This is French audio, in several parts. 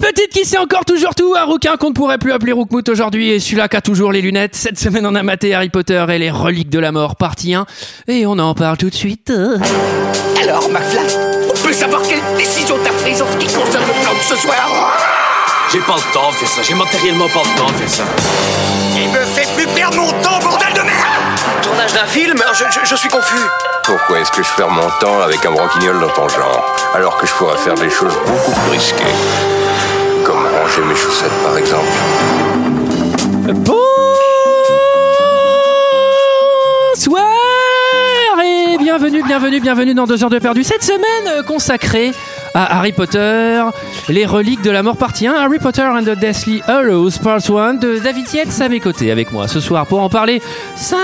petite qui sait encore toujours tout, un rouquin qu'on ne pourrait plus appeler Roukmout aujourd'hui, et celui-là qui a toujours les lunettes. Cette semaine, on a maté Harry Potter et les reliques de la mort, partie 1, et on en parle tout de suite. Alors, McFly, on peut savoir quelle décision t'as prise en ce qui concerne le plan de ce soir J'ai pas le temps de faire ça, j'ai matériellement pas le temps de faire ça. Il me fait plus perdre mon temps, bordel de merde Tournage d'un film euh, je, je- je suis confus. Ah, Pourquoi est-ce que je perds mon temps avec un broquignol dans ton genre, alors que je pourrais faire des choses beaucoup plus risquées Comme ranger mes chaussettes, par exemple. Bonsoir et bienvenue, bienvenue, bienvenue dans 2 heures de perdu. Cette semaine euh, consacrée à Harry Potter, les reliques de la mort partie 1, Harry Potter and the Deathly Hallows part 1 de David Yates à mes côtés avec moi ce soir pour en parler. Sarah,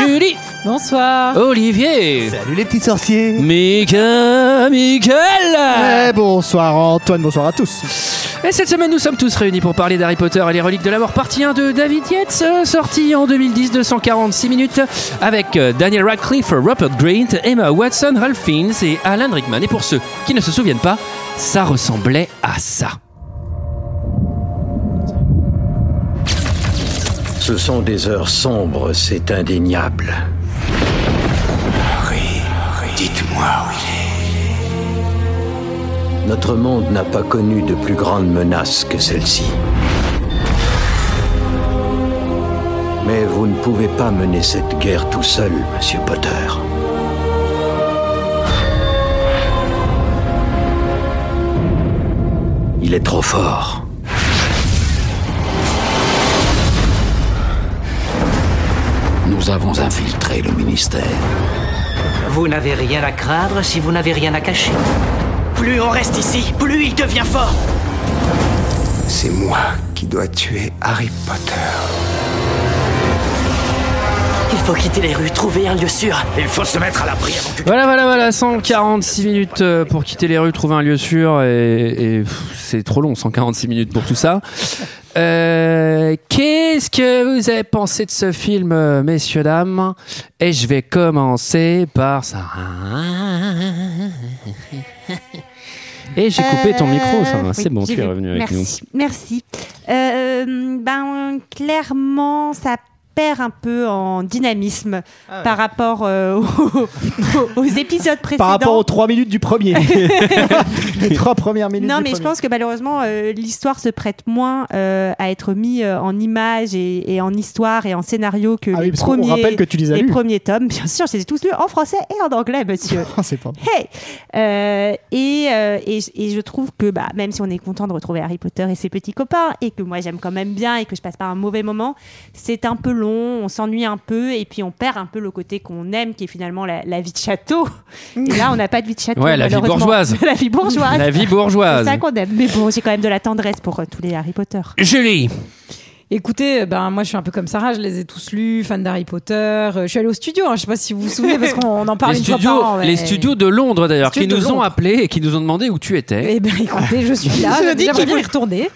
Julie, Bonsoir. Olivier, Salut les petits sorciers Mika, Michael. Eh, Bonsoir Antoine, bonsoir à tous Et cette semaine, nous sommes tous réunis pour parler d'Harry Potter et les reliques de la mort, partie 1 de David Yates, euh, sorti en 2010 de 146 minutes, avec euh, Daniel Radcliffe, Robert Grint, Emma Watson, Ralph Fiennes et Alan Rickman. Et pour ceux qui ne se souviennent pas, ça ressemblait à ça. Ce sont des heures sombres, c'est indéniable. Dites-moi où Notre monde n'a pas connu de plus grande menace que celle-ci. Mais vous ne pouvez pas mener cette guerre tout seul, Monsieur Potter. Il est trop fort. Nous avons infiltré le ministère. Vous n'avez rien à craindre si vous n'avez rien à cacher. Plus on reste ici, plus il devient fort C'est moi qui dois tuer Harry Potter. Il faut quitter les rues, trouver un lieu sûr. Il faut se mettre à l'abri avant que... Voilà, voilà, voilà, 146 minutes euh, pour quitter les rues, trouver un lieu sûr, et, et, pff, c'est trop long, 146 minutes pour tout ça. Euh, Qu'est-ce que vous avez pensé de ce film, euh, messieurs, dames Et je vais commencer par ça. Et j'ai coupé ton micro, ça. Euh, c'est oui, bon, j'ai tu es vu. revenu avec merci, nous. Merci. Euh, ben, clairement, ça perd un peu en dynamisme par rapport euh, aux, aux épisodes précédents. Par rapport aux 3 minutes du premier Les 3 premières minutes non, du mais je premier. pense que malheureusement, euh, l'histoire se prête moins euh, à être mise euh, en images et, et en histoire et en scénario que Ah les, oui, parce qu'on premiers, rappelle que tu les as les lus premiers tomes. Bien sûr, je les ai tous lus en français et en anglais, monsieur. Ah, c'est pas... Hey Euh, et, euh, et, je- et je trouve que bah, même si on est content de retrouver Harry Potter et ses petits copains, et que moi j'aime quand même bien et que je passe pas un mauvais moment, c'est un peu long, on s'ennuie un peu, et puis on perd un peu le côté qu'on aime, qui est finalement la, la vie de château. Et là, on n'a pas de vie de château. Ouais, la vie malheureusement. bourgeoise. la vie bourgeoise. La vie C'est bourgeoise. ça qu'on aime. Mais bon, j'ai quand même de la tendresse pour euh, tous les Harry Potter. Julie, Écoutez, ben moi je suis un peu comme Sarah, je les ai tous lus, fan d'Harry Potter. Euh, Je suis allée au studio, hein, je sais pas si vous vous souvenez parce qu'on on en parle les une studios, fois par an. mais- les studios de Londres d'ailleurs, qui Studios de nous ont Londres. appelés et qui nous ont demandé où tu étais. Eh bien, écoutez, Ah, je suis là. J'aimerais bien y retourner.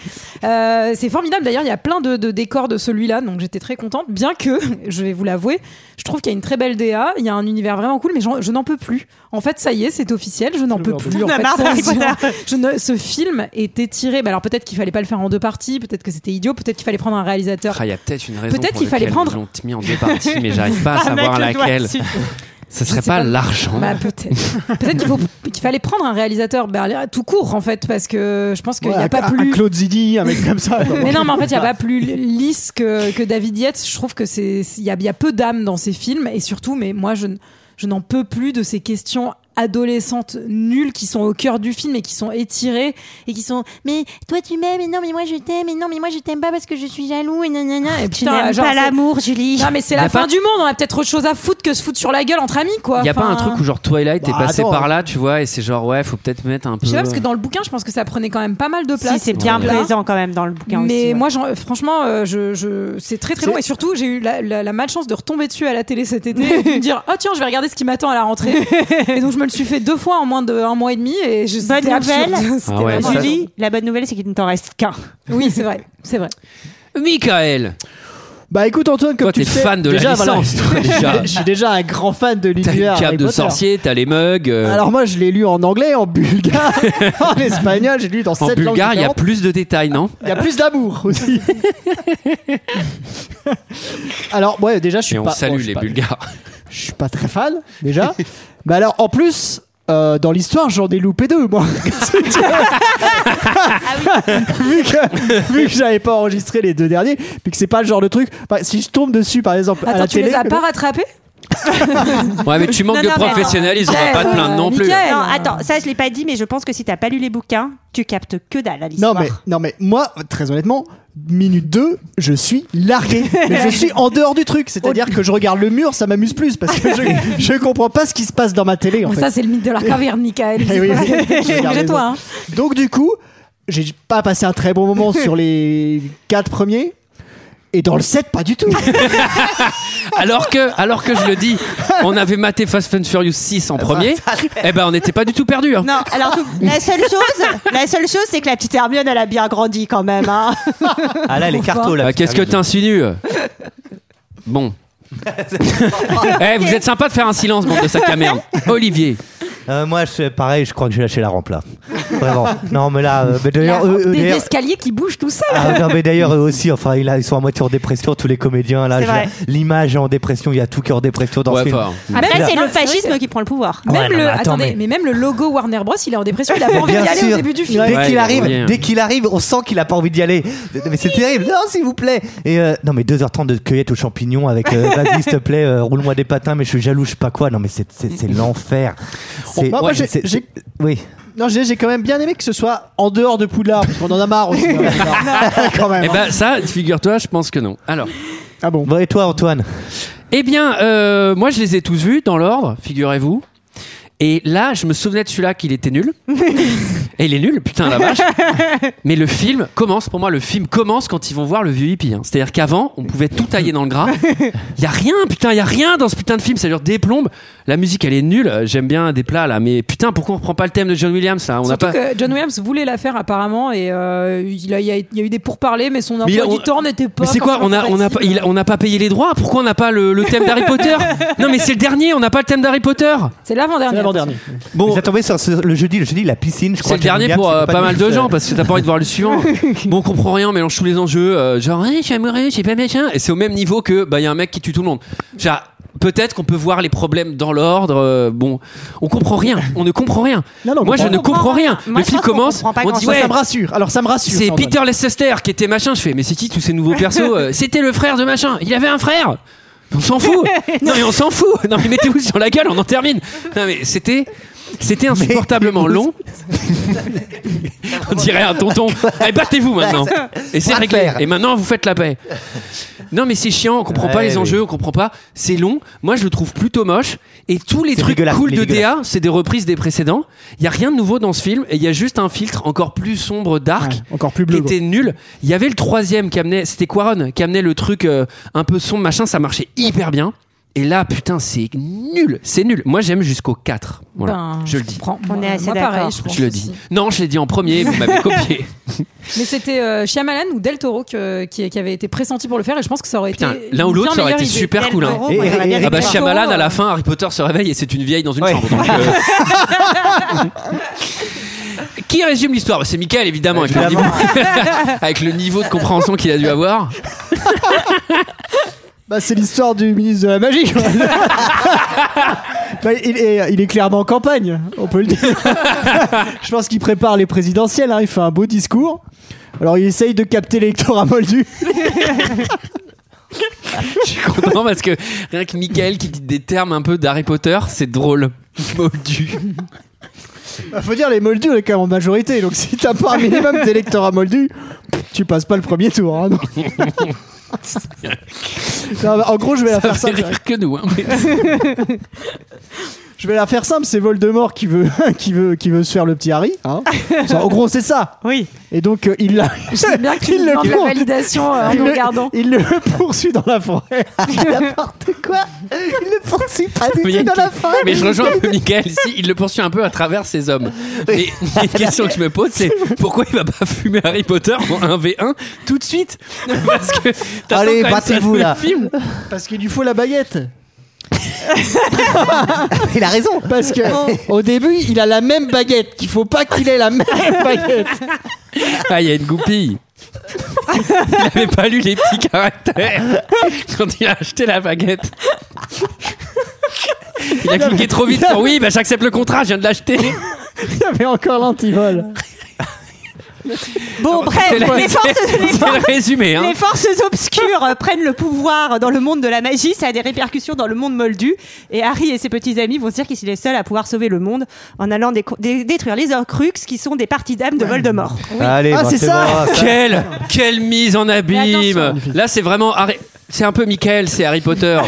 Euh, c'est formidable. D'ailleurs, il y a plein de, de décors de celui-là, donc j'étais très contente. Bien que, je vais vous l'avouer, je trouve qu'il y a une très belle DA. Il y a un univers vraiment cool, mais j'en- je n'en peux plus. En fait, ça y est, c'est officiel. Je n'en peux plus. On En a fait, marre ça, d'Harry je- Potter. je ne, ce film était tiré. bah alors peut-être qu'il fallait pas le faire en deux parties. Peut-être que c'était idiot. Peut-être qu'il fallait prendre un réalisateur. Ah, Il y a peut-être une raison Peut-être pour qu'il fallait laquelle prendre- ils l'ont mis en deux parties, mais j'arrive pas à savoir Avec le doigt laquelle. dessus. Ce serait sais pas pas. l'argent. Bah, peut-être. Peut-être qu'il faut- qu'il fallait prendre un réalisateur bah, tout court en fait parce que je pense qu'il n'y Ouais, a un- pas un plus. Claude Zidi, un mec comme ça quoi. Mais non, mais en fait, il n'y a pas plus lisse que, que David Yates. Je trouve que c'est il y a, il y a peu d'âme dans ces films et surtout, mais moi, je, n- je n'en peux plus de ces questions adolescentes nulles qui sont au cœur du film et qui sont étirées et qui sont mais toi tu m'aimes mais non mais moi je t'aime mais non mais moi je t'aime pas parce que je suis jaloux et nanana et Ah, Tu putain n'aimes genre, pas c'est- l'amour, Julie. non mais c'est Y a la fin pas- du monde on a peut-être autre chose à foutre que se foutre sur la gueule entre amis quoi Il y a pas Enfin, un truc où genre Twilight est Bah, passé attends. par là, tu vois, et c'est genre ouais, faut peut-être mettre un peu. je sais pas parce que dans le bouquin je pense que ça prenait quand même pas mal de place Si, c'est bien Là, présent quand même dans le bouquin aussi. Mais ouais. moi, j'en- franchement, euh, je, je- c'est très très long. Et surtout, j'ai eu la, la- la malchance de retomber dessus à la télé cet été et de me dire Oh tiens, je vais regarder ce qui m'attend à la rentrée. et donc, je me le suis fait deux fois en moins d'un mois et demi. Et je, Bonne c'était absurde. nouvelle. C'était Ah ouais, vraiment ça- absurde. Julie, la bonne nouvelle, c'est qu'il ne t'en reste qu'un. Oui, c'est vrai. C'est vrai. euh, Michael. Bah écoute Antoine, comme Toi, tu t'es sais, fan de la déjà, voilà, licence, toi, déjà. je suis déjà un grand fan de T'as l'univers. une cape Harry de Potter. sorcier, t'as les mugs. euh, Alors moi, je l'ai lu en anglais, en bulgare, en espagnol. J'ai lu dans en sept langues bulgare, il y a différentes. plus de détails, non Ah, Il y a plus d'amour aussi. alors ouais, déjà, je suis Et on pas. bon, salue je suis les pas- bulgares. Je suis pas très fan déjà. Mais alors, en plus. euh, dans l'histoire, j'en ai loupé deux, Ah moi. vu que, vu que j'avais pas enregistré les deux derniers, puis que c'est pas le genre de truc. Bah, si je tombe dessus, par exemple, à Attends, la tu télé, les as pas rattrapés Ouais, mais tu manques Non, de non, mais- professionnalisme, on va Ouais, pas te plaindre euh, non plus. nickel. Non, attends, ça je l'ai pas dit, mais je pense que si t'as pas lu les bouquins, tu captes que dalle à l'histoire. Non mais, non mais moi, très honnêtement, minute 2, je suis largué. Mais je suis en dehors du truc. C'est-à-dire que je regarde le mur, ça m'amuse plus parce que je, je comprends pas ce qui se passe dans ma télé en fait. Ça, c'est le mythe de la caverne, hein. Michael. Eh oui, je regarde les toi. autres. Donc du coup, j'ai pas passé un très bon moment sur les 4 premiers. Et dans le 7, pas du tout. Alors que, alors que je le dis, on avait maté Fast and Furious 6 en premier, eh ben on n'était pas du tout perdu. Non, alors tout- la seule chose, la seule chose, c'est que la petite Hermione, elle a bien grandi quand même. hein. Ah là, les cartos là. Bah, Qu'est-ce que t'insinues Bon. Eh, vous êtes sympa de faire un silence, bande de sac à merde. Olivier, Euh, Moi, je- pareil, je crois que j'ai lâché la rampe là. Vraiment. Non, mais là, euh, mais d'ailleurs, Là, eux- eux, des d'ailleurs- escaliers qui bougent tout seul. Ah, non, mais d'ailleurs, eux aussi, enfin, ils ils sont à moitié en dépression, tous les comédiens. là C'est je- vrai. L'image est en dépression, il y a tout qui est en dépression dans ouais, ce film. enfin, Après, Là- c'est le Non, c'est vrai fascisme qui prend le pouvoir. Ouais, Même non, le, mais attends, attendez, mais- mais... même le logo Warner Bros, il est en dépression, il a pas envie d'y Bien aller sûr. au début du film. Dès Ouais, qu'il arrive, oui. dès qu'il arrive, on sent qu'il a pas envie d'y aller. Mais c'est terrible. Non, s'il vous plaît. Et euh, non, mais 2h30 de cueillette aux champignons avec euh, vas-y, s'il te plaît, euh, roule-moi des patins, mais je suis jaloux, je sais pas quoi. Non, mais c'est c'est- c'est l'enfer. C'est- Moi, moi, j'ai- c'est- j'ai- c'est- Oui. Non, j'ai j'ai quand même bien aimé que ce soit en dehors de Poudlard, parce qu'on en a marre aussi. quand même. eh ben ça, figure-toi, je pense que non. Alors. Ah bon Bon, et toi, Antoine Eh bien, euh, moi, je les ai tous vus dans l'ordre, figurez-vous. Et là, je me souvenais de celui-là qu'il était nul. Et il est nul, putain la vache. Mais le film commence, pour moi, le film commence quand ils vont voir le vieux hippie. hein. C'est-à-dire qu'avant, on pouvait tout tailler dans le gras. Il y a rien, putain, il y a rien dans ce putain de film. Ça leur déplombe. La musique, elle est nulle. J'aime bien des plats là, mais putain, pourquoi on reprend pas le thème de John Williams là On n'a Surtout pas. que John Williams voulait la faire apparemment et euh, il, a, il y a- il y a eu des pourparlers mais son Mais il emploi a- du on- temps n'était pas. Mais hein. c'est quoi On a, on a, pas- il a- on n'a pas payé les droits. Pourquoi on n'a pas le, le thème d'Harry Potter Non, mais c'est le dernier. On n'a pas le thème d'Harry Potter. C'est l'avant-dernier. L'avant-dernier. Bon. Vous attendez sur ce- le jeudi, le jeudi, la piscine, je C'est crois. le dernier pour euh, pas, mal de gens parce que t'as pas envie de voir le suivant. bon, on comprend rien, on mélange tous les enjeux. euh, genre, hey, je suis amoureux, je sais pas machin. Et c'est au même niveau que bah il y a un mec qui tue tout le monde. Genre, peut-être qu'on peut voir les problèmes dans l'ordre. euh, bon, on comprend rien. On ne comprend rien. Non, non, on Moi, je comprend ne rien. comprends rien. Moi, le je film pense qu'on commence. comprend pas On dit grand-chose. ouais. Ça me rassure. Alors, ça me rassure. C'est ça, Antoine. Peter Leicester qui était machin. Je fais, mais c'est qui tous ces nouveaux persos euh, C'était le frère de machin. Il avait un frère. On s'en fout. non mais on s'en fout. Non mais mettez-vous sur la gueule, on en termine. Non mais c'était, c'était insupportablement long. on dirait un tonton. Allez battez-vous maintenant. Bah, Et c'est Bras de réglé. fer. Et maintenant vous faites la paix. Non mais c'est chiant. On comprend pas Ouais, les oui. enjeux, on comprend pas. C'est long. Moi je le trouve plutôt moche. Et tous les C'est trucs dégueulasse, cool mais de DA, dégueulasse. c'est des reprises des précédents. Il y a rien de nouveau dans ce film. Et il y a juste un filtre encore plus sombre, dark Ouais, encore plus qui bleu. était nul. Il y avait le troisième qui amenait, c'était Quaron, qui amenait le truc euh, un peu sombre, machin, ça marchait hyper bien. Et là, putain, c'est nul, c'est nul. Moi, j'aime jusqu'au 4. Voilà, je le dis. hein, comprends. On Moi- est assez moi, pareil, d'accord. Ben, je, pense Je le dis. aussi. Non, je l'ai dit en premier, vous m'avez copié. Mais c'était euh, Shyamalan ou Del Toro que- qui, qui avait été pressenti pour le faire et je pense que ça aurait Putain, été. l'un ou l'autre, bien ça aurait meilleure été idée. super cool. hein. Del Toro, moi, Et- j'aurais bien et- et- Ah aimé bah, voir. Shyamalan, euh. à la fin, Harry Potter se réveille et c'est une vieille dans une Ouais. chambre. donc, euh. Qui résume l'histoire Bah, C'est Michael, évidemment, avec le, niveau... avec le niveau de compréhension qu'il a dû avoir. Bah, c'est l'histoire du ministre de la magie. quoi. Bah, il, est, il est clairement en campagne, on peut le dire. Je pense qu'il prépare les présidentielles, hein, il fait un beau discours. Alors il essaye de capter l'électorat moldu. Je suis content parce que rien que Michael qui dit des termes un peu d'Harry Potter, c'est drôle. Moldu. Bah, faut dire, les moldus, on est quand même en majorité. Donc si t'as pas un minimum d'électorat moldu, tu passes pas le premier tour. hein, non. Non, bah, en gros, je vais la Ça faire Ah, fait simple. rire que nous. hein. Je vais la faire simple, c'est Voldemort qui veut, qui veut, qui veut se faire le petit Harry. hein. Ça, en gros, c'est ça. Oui. Et donc, euh, il l'a. J'aime bien que tu il nous le demandes la court- validation Hein, euh, en il nous le- regardant. il le poursuit dans la forêt. N'importe quoi Il ne poursuit pas du Mais il y a tout une dans la que- fin Mais je rejoins un peu Michael ici, il le poursuit un peu à travers ses hommes. Mais il y a une question que je me pose, c'est pourquoi il va pas fumer Harry Potter en 1v1 tout de suite Parce que t'attends Allez, quand même ça battez-vous, dans le là. film. Parce qu'il lui faut la baguette. Il a raison Oh. Parce que au début, il a la même baguette. Qu'il faut pas qu'il ait la même baguette. Ah, il y a une goupille. Il avait pas lu les petits caractères quand il a acheté la baguette. Il Ah, a cliqué trop vite sur oui, bah j'accepte le contrat, je viens de l'acheter. Il y avait encore l'antivol. Bon, bref, C'est la- les forces, les C'est forces- le résumé, hein. les forces obscures euh, prennent le pouvoir dans le monde de la magie, ça a des répercussions dans le monde moldu, et Harry et ses petits amis vont se dire qu'il est seul à pouvoir sauver le monde en allant déco- dé- détruire les Horcruxes qui sont des parties d'âme de Voldemort. Allez, Ah, bah, c'est ça. bon, Quelle, quelle mise en abîme attention. Là, c'est vraiment... Harry- C'est un peu Michael, c'est Harry Potter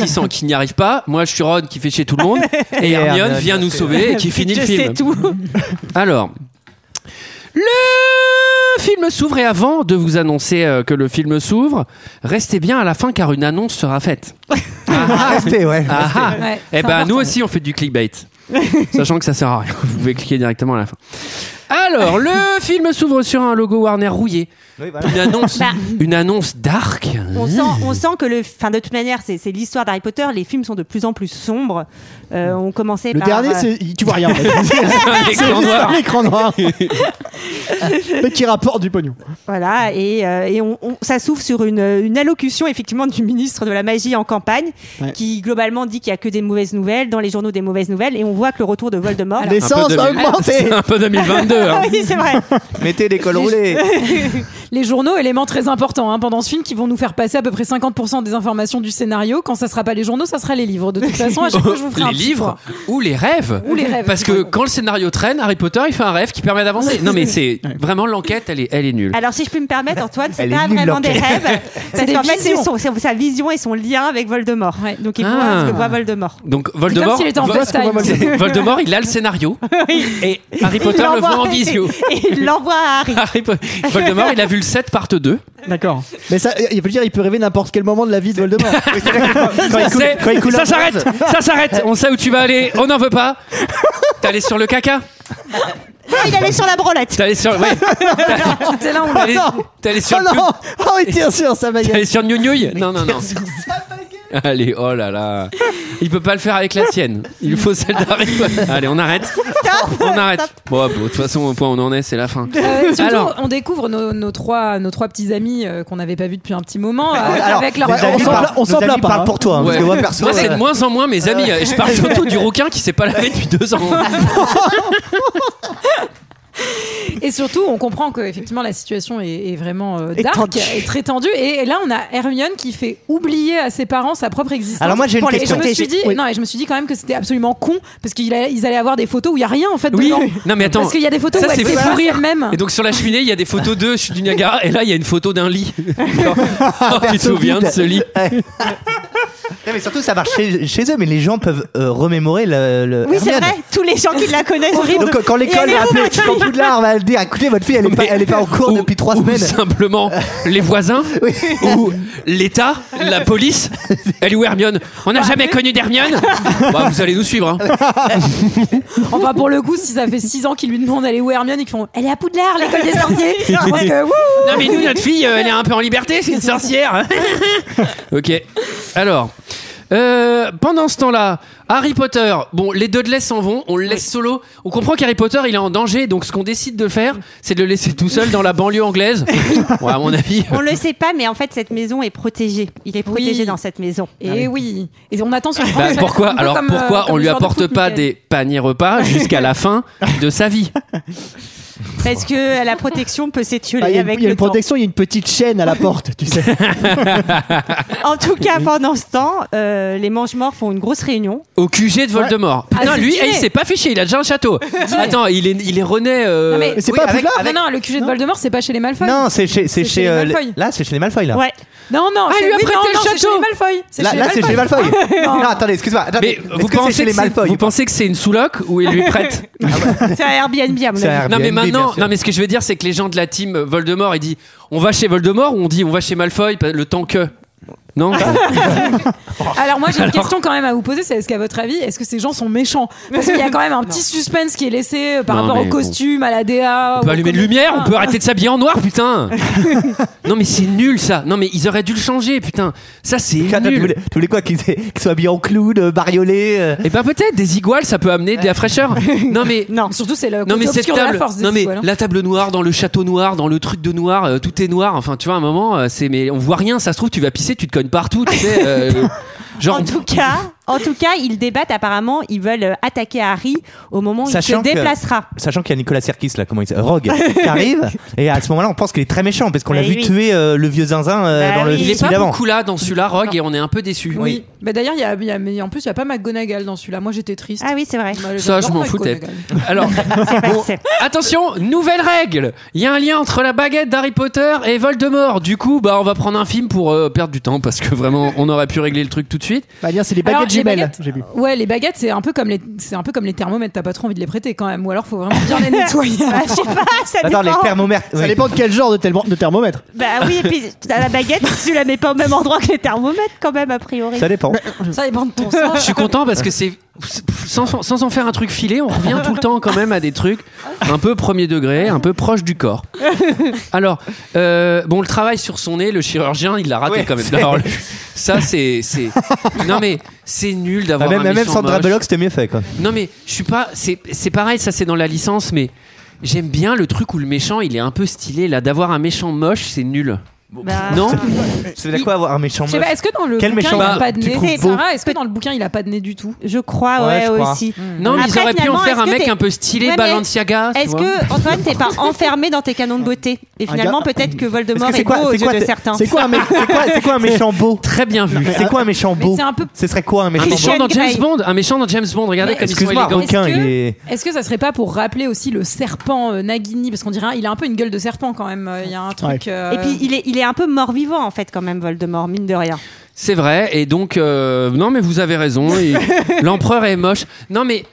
qui, sent- qui n'y arrive pas. Moi, je suis Ron qui fait chier tout le monde. Et Hermione Hermione, vient nous sauver et qui finit Je le sais film. tout. Alors, le film s'ouvre et avant de vous annoncer euh, que le film s'ouvre, restez bien à la fin car une annonce sera faite. Ah, restez, ouais. Ah ah. Ouais, Eh c'est ben important. nous aussi on fait du clickbait. Sachant que ça sert à rien, vous pouvez cliquer directement à la fin. Alors, le film s'ouvre sur un logo Warner rouillé. Oui, voilà. Une annonce, Bah. une annonce dark. On sent, on sent que le, enfin de toute manière, c'est c'est l'histoire d'Harry Potter. Les films sont de plus en plus sombres. Euh, on commençait Le par dernier, Ah, euh, c'est tu vois rien. en fait. Un C'est écran juste noir. un écran noir. Mais qui rapporte du pognon. Voilà, et, euh, et on, on- ça s'ouvre sur une, une allocution effectivement du ministre de la Magie en campagne, Ouais. qui globalement dit qu'il n'y a que des mauvaises nouvelles, dans les journaux des mauvaises nouvelles, et on voit que le retour de Voldemort... Alors- L'essence de a mille. augmenté. Un peu 2022. hein. oui, c'est vrai. Mettez des cols roulés Les journaux, éléments très importants hein, pendant ce film, qui vont nous faire passer à peu près 50% des informations du scénario. Quand ça sera pas les journaux, ça sera les livres. De toute façon, à chaque fois, je vous ferai les un petit livres ou les rêves. Ou les rêves. Parce que quand le scénario traîne, Harry Potter, il fait un rêve qui permet d'avancer. Non, mais c'est vraiment l'enquête, elle est, elle est nulle. Alors si je peux me permettre, Antoine, c'est Elle est pas nulle, vraiment des l'enquête. rêves, parce des qu'en fait c'est visions. son- c'est sa vision et son lien avec Voldemort. Ouais. Donc il Ah. voit ce que voit Voldemort. Donc point. C'est comme Voldemort, s'il était en Vo- first time. Voldemort, il a le scénario et Harry Potter le voit en visio. Et il l'envoie à Harry. Harry Po- Voldemort, il a vu le 7 part 2. D'accord. Mais ça, il veut dire, il peut rêver n'importe quel moment de la vie de Voldemort. On sait, ça s'arrête, ça s'arrête. On sait où tu vas aller. On n'en veut pas. T'es allé sur le caca. Ah, il allait sur la brolette. T'es allé sur, ouais. T'es là, on T'es allé- non. t'es allé sur, Oh le non pub- Oh, il tire sur sa t'es baguette. allé sur Gnognouille Non, non, non. Allez, oh là là. Il peut pas le faire avec la sienne. Il faut celle d'Harry. Potter. Allez, on arrête. On arrête. Bon, bon, de toute façon, au point où on en est, c'est la fin. Euh, surtout, Alors. on découvre nos, nos trois, nos trois petits amis euh, qu'on n'avait pas vus depuis un petit moment, euh, Alors, avec leur nos on amis s'en par- plaint- on nos s'en plaint amis pas, parlent hein. pour toi, hein, parce Ouais. que moi perso. Moi, c'est de euh, Ah, moins en moins mes amis. Je parle surtout du rouquin qui s'est pas lavé depuis deux ans. Et surtout, on comprend que effectivement la situation est, est vraiment euh, Et dark, tendue. est très tendue. Et, et là, on a Hermione qui fait oublier à ses parents sa propre existence. Alors moi, j'ai une Pour les- question. Et je me suis dit, Oui. non, et je me suis dit quand même que c'était absolument con parce qu'ils a- ils allaient avoir des photos où il y a rien en fait Oui. dedans. Non, mais attends. Parce qu'il y a des photos Ça, où c'est elle fait fou rire. même. Et donc sur la cheminée, il y a des photos d'eux je suis du Niagara, et là il y a une photo d'un lit. Genre, oh, tu te souviens de ce lit Non, mais surtout, ça marche chez, chez eux, mais les gens peuvent euh, remémorer le. le Oui, c'est Hermione. vrai. Tous les gens qui la connaissent. autour de- Donc, quand Et elle l'école est va où, appeler ma fille Poudlard, va dire écoutez, votre fille, elle est pas, elle est pas en cours Ou- depuis trois ou semaines. Simplement les voisins ou l'État, la police. Elle est où Hermione On n'a jamais connu d'Hermione Bah, Vous allez nous suivre. hein. Enfin, Oh, bah, pour le coup, si ça fait 6 ans qu'ils lui demandent elle est où Hermione, ils font elle est à Poudlard, l'école des sorciers. Je pense que, wouh Non mais nous notre fille, euh, elle est un peu en liberté, c'est une sorcière. ok. Alors. euh, pendant ce temps-là, Harry Potter, bon, les Dudley s'en vont, on le laisse solo. On comprend qu'Harry Potter, il est en danger, donc ce qu'on décide de faire, c'est de le laisser tout seul dans la banlieue anglaise. Ouais, à mon avis. euh, On le sait pas, mais en fait, cette maison est protégée. Il est protégé dans cette maison. Et oui. Et on attend son Bah, transfert, pourquoi un peu alors comme, euh, pourquoi comme on le lui joueur de apporte foot, pas Mickaël. des paniers repas jusqu'à la fin de sa vie Parce que euh, la protection peut s'étioler Ah, Il y a, une- avec il y a le une protection, il y a une petite chaîne à la porte, tu sais. temps. En tout cas, pendant ce temps, euh, les mange-morts font une grosse réunion. Au QG de Voldemort. Putain, Ah, c'est lui, stylé. eh, il s'est pas fiché, il a déjà un château. Attends, il est, il est rené. euh, Non, mais- Mais c'est Oui, pas à avec- Poudlard Ah, Non, non, le QG de Voldemort, c'est pas chez les Malfoy. Non, c'est chez, c'est C'est chez chez, les euh, Malfoy. là, c'est chez les Malfoy là. Ouais. non, non, Ah, c'est- lui a oui, prêté non, le non, C'est château. chez les Malfoy. C'est Là, chez là, c'est chez les Malfoy. non. attendez, excuse-moi. Mais Attendez, vous est-ce que c'est pensez chez que les c'est- Malfoy vous pensez que c'est une sous-loc ou il lui prête C'est un Airbnb à mon C'est avis. un Non mais Airbnb, bien maintenant, sûr. non mais ce que je veux dire c'est que les gens de la team Voldemort, ils disent on va chez Voldemort ou on dit on va chez Malfoy pa- le temps que. Non. Ah, Alors moi j'ai une question quand même à vous poser, c'est est-ce qu'à votre avis, est-ce que ces gens sont méchants Parce qu'il y a quand même un petit suspense qui est laissé euh, par Non, rapport au mais bon. costume, à la DA. ah, on peut au- Ah. allumer de lumière, on peut arrêter de s'habiller en noir, putain. non mais c'est nul ça. Non mais ils auraient dû le changer, putain. Ça c'est Attends, tu nul. voulais, tu voulais quoi qu'ils aient- qu'ils soient habillés en clown, euh, bariolés euh, Et ben peut-être des iguales, ça peut amener de la fraîcheur. Non mais Non. Surtout c'est le Non côté mais cette obscur de la table, force. des non mais sequels, hein. la table noire dans le château noir, dans le truc de noir, euh, tout est noir. Enfin, tu vois, à un moment, euh, c'est mais on voit rien. Ça se trouve, tu vas pisser, tu te cognes partout. Tu sais, euh, genre En tout cas, en tout cas, ils débattent apparemment. Ils veulent euh, attaquer Harry au moment où Sachant il que- se déplacera. Sachant qu'il y a Nicolas Serkis là, comment il s'appelle Rogue, qui arrive. Et à ce moment-là, on pense qu'il est très méchant parce qu'on l'a Bah vu oui. tuer euh, le vieux zinzin euh, Bah dans le oui. il est pas film d'avant. beaucoup là dans celui-là, Rogue, et on est un peu déçu. Oui. Bah d'ailleurs, il y a, il y a- mais en plus, il n'y a pas McGonagall dans celui-là. Moi, j'étais triste. Ah oui, c'est vrai. Moi, Ça, j'adore je m'en foutais. McGonagall. Alors, C'est pas- c'est- attention, nouvelle règle. Il y a un lien entre la baguette d'Harry Potter et Voldemort. Du coup, bah, on va prendre un film pour euh, perdre du temps parce que vraiment, on aurait pu régler le truc tout de suite. Bah, bien, c'est les Alors, baguettes les jumelles, baguettes- j'ai vu. Ouais, les baguettes, c'est un peu comme les, c'est un peu comme les thermomètres. T'as pas trop envie de les prêter quand même. Ou alors, faut vraiment bien les nettoyer. Bah, je sais pas, ça Attends, les dépend. thermomères. Ça oui. dépend de quel genre de, thermo- de thermomètre. Bah oui, et puis t'as la baguette, tu la mets pas au même endroit que les thermomètres quand même, a priori. Ça dépend. Bah, Ça dépend de ton Je suis content parce que c'est sans, sans en faire un truc filé, on revient tout le temps quand même à des trucs un peu premier degré, un peu proche du corps. Alors euh, bon, le travail sur son nez, le chirurgien, il l'a raté Ouais, quand même. c'est- Alors, le- ça c'est c'est non mais c'est nul Ah, d'avoir même, un même méchant Sandra moche. Bullock, c'était mieux fait quoi. Non mais je suis pas c'est c'est pareil, ça c'est dans la licence mais j'aime bien le truc où le méchant, il est un peu stylé là d'avoir un méchant moche, c'est nul. Bah, Non Ça veut dire quoi avoir un méchant Je sais moche pas, est-ce que dans le Quel bouquin, méchant il a bah, pas de tu nez trouves beau. Sarah, est-ce que dans le bouquin, il a pas de nez du tout Hmm. Je crois, Ouais, ouais, je crois. aussi. Non, mais ils Après, auraient pu en finalement, faire est-ce un que mec t'es- un peu stylé Ouais, mais Balenciaga, tu Est-ce vois. que Antoine t'es pas enfermé dans tes canons de beauté Et finalement peut-être que Voldemort Parce que est, beau aux yeux de t'es- certains. c'est quoi un mé- c'est quoi- c'est quoi un méchant beau Très bien vu. C'est quoi un méchant Mais beau c'est un peu. Ce serait quoi un Un méchant méchant Christian dans James Grey. Bond, un méchant dans James Bond. Regardez Mais comme ils sont Excuse-moi, élégants. Ronquin, Est-ce que- il est. Est-ce que ça serait pas pour rappeler aussi le serpent euh, Nagini Parce qu'on dirait, il a un peu une gueule de serpent quand même. euh, Il y a un truc. euh, Et puis il est, il est un peu mort-vivant en fait quand même Voldemort, mine de rien. C'est vrai. Et donc, euh, non, mais vous avez raison. et L'empereur est moche. Non, mais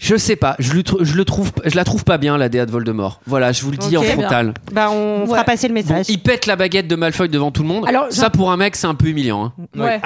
je sais pas. Je, le tr- je le trouve, je la trouve pas bien la DA de Voldemort. Voilà, je vous le dis Ok. en frontal. Bah on Ouais. fera passer le Bon, message. il pète la baguette de Malfoy devant tout le monde. Alors, ça, pour un mec, c'est un peu humiliant. hein. Ouais.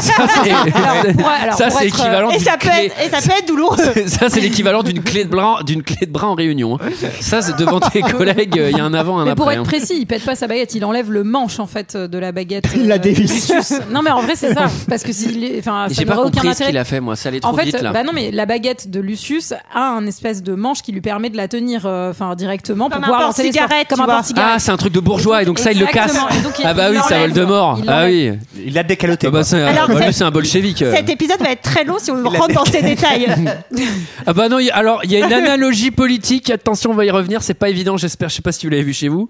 Ça, c'est Alors, pour- alors, ça, pour c'est être, euh, équivalent. Et d'une ça, peut clé- être, et ça peut être douloureux. Ça, c'est l'équivalent d'une clé de bras, d'une clé de bras en réunion. hein. Ça, c'est devant tes collègues, euh, il y a un avant, un Mais pour après. être hein. précis, il pète pas sa baguette, il enlève le manche en fait euh, de la baguette. Il euh, la dévisse. du sus. Non mais en vrai c'est ça, parce que s'il est- enfin ça J'ai pas n'aurait aucun compris ce qu'il intérêt. a fait, moi. Ça allait trop En fait, vite là. bah non mais la baguette de Lucius a un espèce de manche qui lui permet de la tenir, euh, enfin directement Comme pour un pouvoir lancer les sorts. porte-cigarette, comme tu un vois. Ah, porte-cigarette. c'est un truc de bourgeois et donc ça il le casse. Exactement. Et donc, il- Ah bah il oui, ça l'enlève. Voldemort. Il Ah l'enlève. oui. Il l'a décaloté. Ah bah quoi. c'est un, Alors, bah lui, c'est- c'est un bolchevique. euh. Cet épisode va être très long si on a rentre dans ces détails. Ah bah non, il y a- alors il y a une analogie politique. Attention, on va y revenir. C'est pas évident, j'espère. Je sais pas si vous l'avez vu chez vous.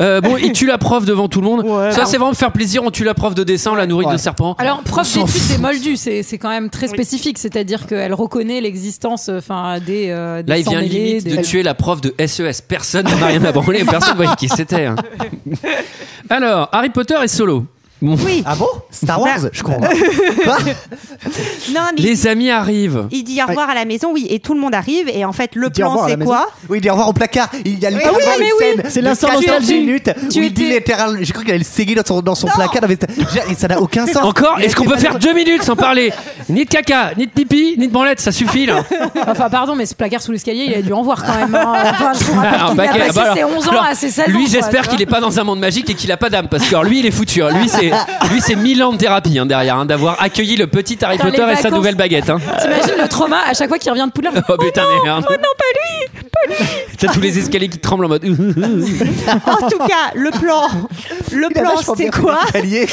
Euh, bon, il tue la prof devant tout le monde. Ouais. ça, c'est vraiment pour faire plaisir. On tue la prof de dessin, on la nourrit Ouais. de serpent. Alors, prof s'en d'études fout. des moldus, c'est c'est quand même très spécifique, c'est-à-dire qu'elle reconnaît l'existence enfin des, euh, des Là, il vient sans-mêlés, limite des- de tuer la prof de SES. Personne n'en a rien à branler. Personne ne voyait qui c'était. hein. Alors, Harry Potter est solo. Bon. Oui. Ah bon Star Wars Je comprends. pas. Non, mais Les amis arrivent. il dit au revoir à la maison, oui, et tout le monde arrive. Et en fait, le Il dit au plan, revoir à la c'est maison. quoi Oui, il dit au revoir au placard. Il y a littéralement oui, mais une oui. scène C'est de l'instant 14 nostalgie. minutes Tu où il étais- dit littéralement. J'ai cru qu'il allait le séguer dans son, dans son placard. Non, mais ça- ça n'a aucun sens. Encore Il Est-ce qu'on était peut pas faire deux minutes sans parler Ni de caca, ni de pipi, ni de branlette, ça suffit là. Ah, Enfin, pardon, mais ce placard sous l'escalier, il a dû en voir quand même. hein. Enfin, je vous rappelle Ah, qu'il bah, a quel- passé bah, alors, ses 11 ans alors, à ses 16 ans. Lui, quoi, j'espère tu qu'il vois. est pas dans un monde magique et qu'il a pas d'âme, parce que alors, lui, il est foutu. hein. Lui, c'est lui, c'est mille ans de thérapie hein, derrière, hein, d'avoir accueilli le petit Harry Dans les Potter et sa vacances. nouvelle baguette. hein. T'imagines le trauma à chaque fois qu'il revient de Poudlard Oh, putain, merde. Oh non, pas lui, pas lui. T'as tous les escaliers qui tremblent en mode. En tout cas, le plan, le Il a plan, vachement c'est bien fait quoi l'escalier.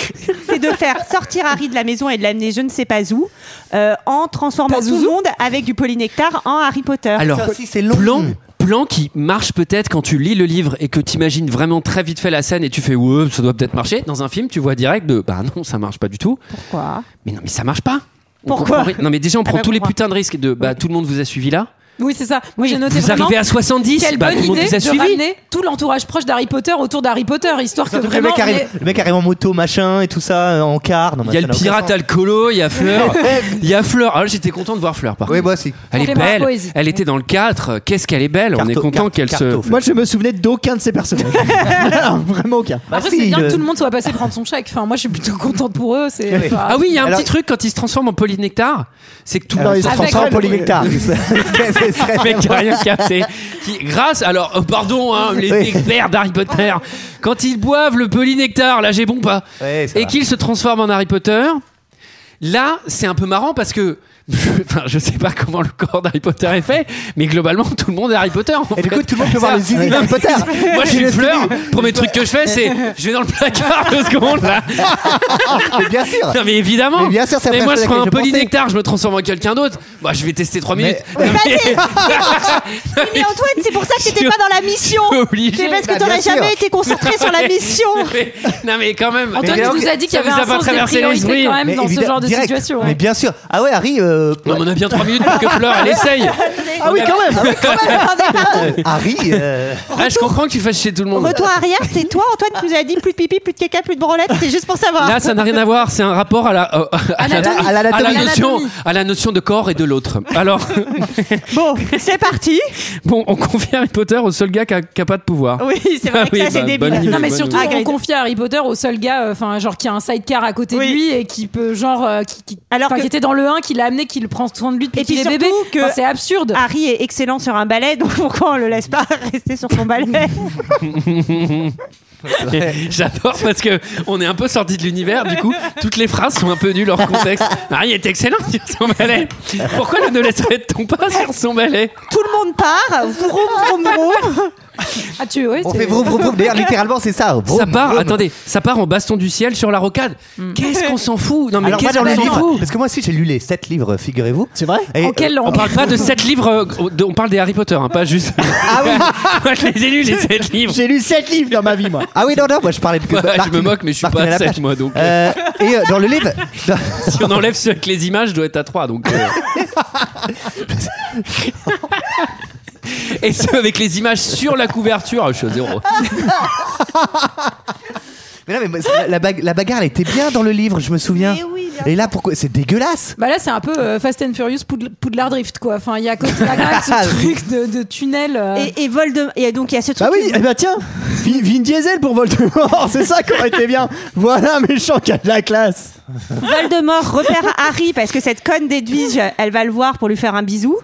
C'est de faire sortir Harry de la maison et de l'amener je ne sais pas où, euh, en transformant tout le monde avec du polynectar en Harry Potter. Alors, Ça aussi, c'est long. plan, plan qui marche peut-être quand tu lis le livre et que tu imagines vraiment très vite fait la scène et tu fais ouais, ça doit peut-être marcher. Dans un film, tu vois direct de bah non, ça marche pas du tout. Pourquoi Mais non, mais ça marche pas. On Pourquoi comprend rien. Non, mais déjà, on prend bah, tous les pourquoi putains de risques de bah tout le monde vous a suivi là. Bah, Oui, c'est ça. Moi, j'ai noté Vous vraiment arrivez à 70, quelle bah, bonne tout le monde idée vous a de suivi. ramener tout l'entourage proche d'Harry Potter autour d'Harry Potter, histoire que le vraiment... mec, arrive, le mec arrive en moto, machin, et tout ça, en car. Non, mais Il y a le ça n'a aucun pirate sens. alcoolo, il y a Fleur. Il y a Fleur. Alors j'étais content de voir Fleur par Oui, contre. moi aussi. Elle est Complément de belle. poésie. Elle était dans le 4. Qu'est-ce qu'elle est belle. On est Carto- content car- qu'elle se. carto, fait. Moi, je me souvenais d'aucun de ces personnages. Non, Vraiment aucun. Après, Bah, c'est si, bien le- que tout Ah, le monde soit passé prendre son chèque. Enfin, moi, je suis plutôt contente pour eux. C'est... Oui. enfin, Ah oui, il y a un Alors- petit truc quand il se transforme en polynectar, Ah, c'est que tout le Alors, monde il se Avec transforme en le- polymectar. Le mec qui a rien capté. Qui, grâce, alors, euh, pardon, hein, les Oui. experts d'Harry Potter, quand ils boivent le polynectar, là j'ai bon pas, Ouais, ça et va. qu'ils se transforment en Harry Potter, là c'est un peu marrant parce que. Enfin, je sais pas comment le corps d'Harry Potter est fait, mais globalement tout le monde est Harry Potter. en Et du fait. coup, tout le monde peut voir Ça- les zizi d'Harry Potter. Moi, je suis une fleur. Premier truc que je fais, c'est je vais dans le placard deux secondes là. Mais bien sûr. Non, mais évidemment. Ah. Mais bien sûr, c'est la Mais moi, je première chose à prends un laquelle je polynectar, je me transforme en quelqu'un d'autre. Moi, je vais tester 3 minutes. Non, Mais Antoine, c'est pour ça que t'étais Je- pas dans la mission je suis obligé. C'est parce Bah, que t'en bien as jamais sûr. été concentré sur la mission Mais- non mais quand même. Antoine, Mais tu alors nous que- as dit qu'il y ça avait vous a un pas sens des traversé l'esprit. priorités quand même Mais dans ce évidemment, genre de direct. situation. Mais ouais. bien sûr. Ah ouais, Harry. euh, Non, mais on a bien 3 minutes pour que Fleur elle essaye. Ah oui, quand même. euh, Harry. euh, Ah, je comprends que tu fasses chier tout le monde. Retour arrière, c'est toi, Antoine, qui nous a dit plus de pipi, plus de caca, plus de branlette, c'est juste pour savoir. Là, ça n'a rien à voir. C'est un rapport à la, euh, à, la, Anatomie. à la- à la À l'anatomie. notion, à la notion de corps et de l'autre. Alors, Bon, c'est parti bon, on confie Harry Potter au seul gars qui a, qui a pas de pouvoir. Oui, c'est vrai Ah que oui, ça, c'est bah, débile. bonne idée, Non mais bonne surtout idée. Hagrid. on confie Harry Potter au seul gars, euh, enfin genre qui a un sidecar à côté Oui. de lui et qui peut genre euh, qui, qui- Alors enfin, que- qui était dans le 1, qui l'a amené, qui le prend soin de lui depuis Et puis qu'il est surtout bébé. que- Enfin, c'est absurde. Harry est excellent sur un balai, donc pourquoi on le laisse pas rester sur son balai J'adore parce que on est un peu sorti de l'univers. Du coup, toutes les phrases sont un peu nulles hors contexte. Harry est excellent sur son balai. Pourquoi ne laisserait-on pas sur son balai Tout le monde part, vroom, vroom, vroom. Ah tu ouais, On c'est- fait vroom vroom vroom. D'ailleurs, littéralement, c'est ça. Oh, Vroom, Ça part. vroom. Attendez, ça part en baston du ciel sur la rocade. Qu'est-ce qu'on s'en fout Non mais Alors, moi, qu'est-ce dans qu'on le s'en livre, fout parce que moi aussi, j'ai lu les 7 livres, figurez-vous. C'est vrai Et, En quelle euh, On langue parle pas de 7 livres, euh, de- on parle des Harry Potter, hein, pas juste. Ah oui Moi je les ai lus, les 7 livres J'ai lu 7 livres dans ma vie, moi. Ah oui, non, non, moi je parlais de. Ouais, Martin- Je me moque, mais je suis Martin pas et à la 7 plage. moi donc. euh, Euh, et euh, dans le livre, dans- Si on enlève ceux avec les images, je dois être à 3 donc. euh. Et ceux avec les images sur la couverture, je suis à 0. mais non, mais moi, c'est- la, bag- la bagarre, elle était bien dans le livre, je me souviens. Mais oui, bien et là, pourquoi C'est dégueulasse. Bah là, c'est un peu euh, Fast and Furious Poudl- Poudlard Drift, quoi. Enfin, il y a à côté il y a quand même ce truc de, de tunnel. euh. Et, et Voldemort. Et donc, il y a ce truc. Bah oui, eh ben tiens, Vi- Vin Diesel pour Voldemort, c'est ça qui aurait été bien. Voilà un méchant qui a de la classe. Voldemort repère Harry parce que cette conne d'Edwige, elle va le voir pour lui faire un bisou.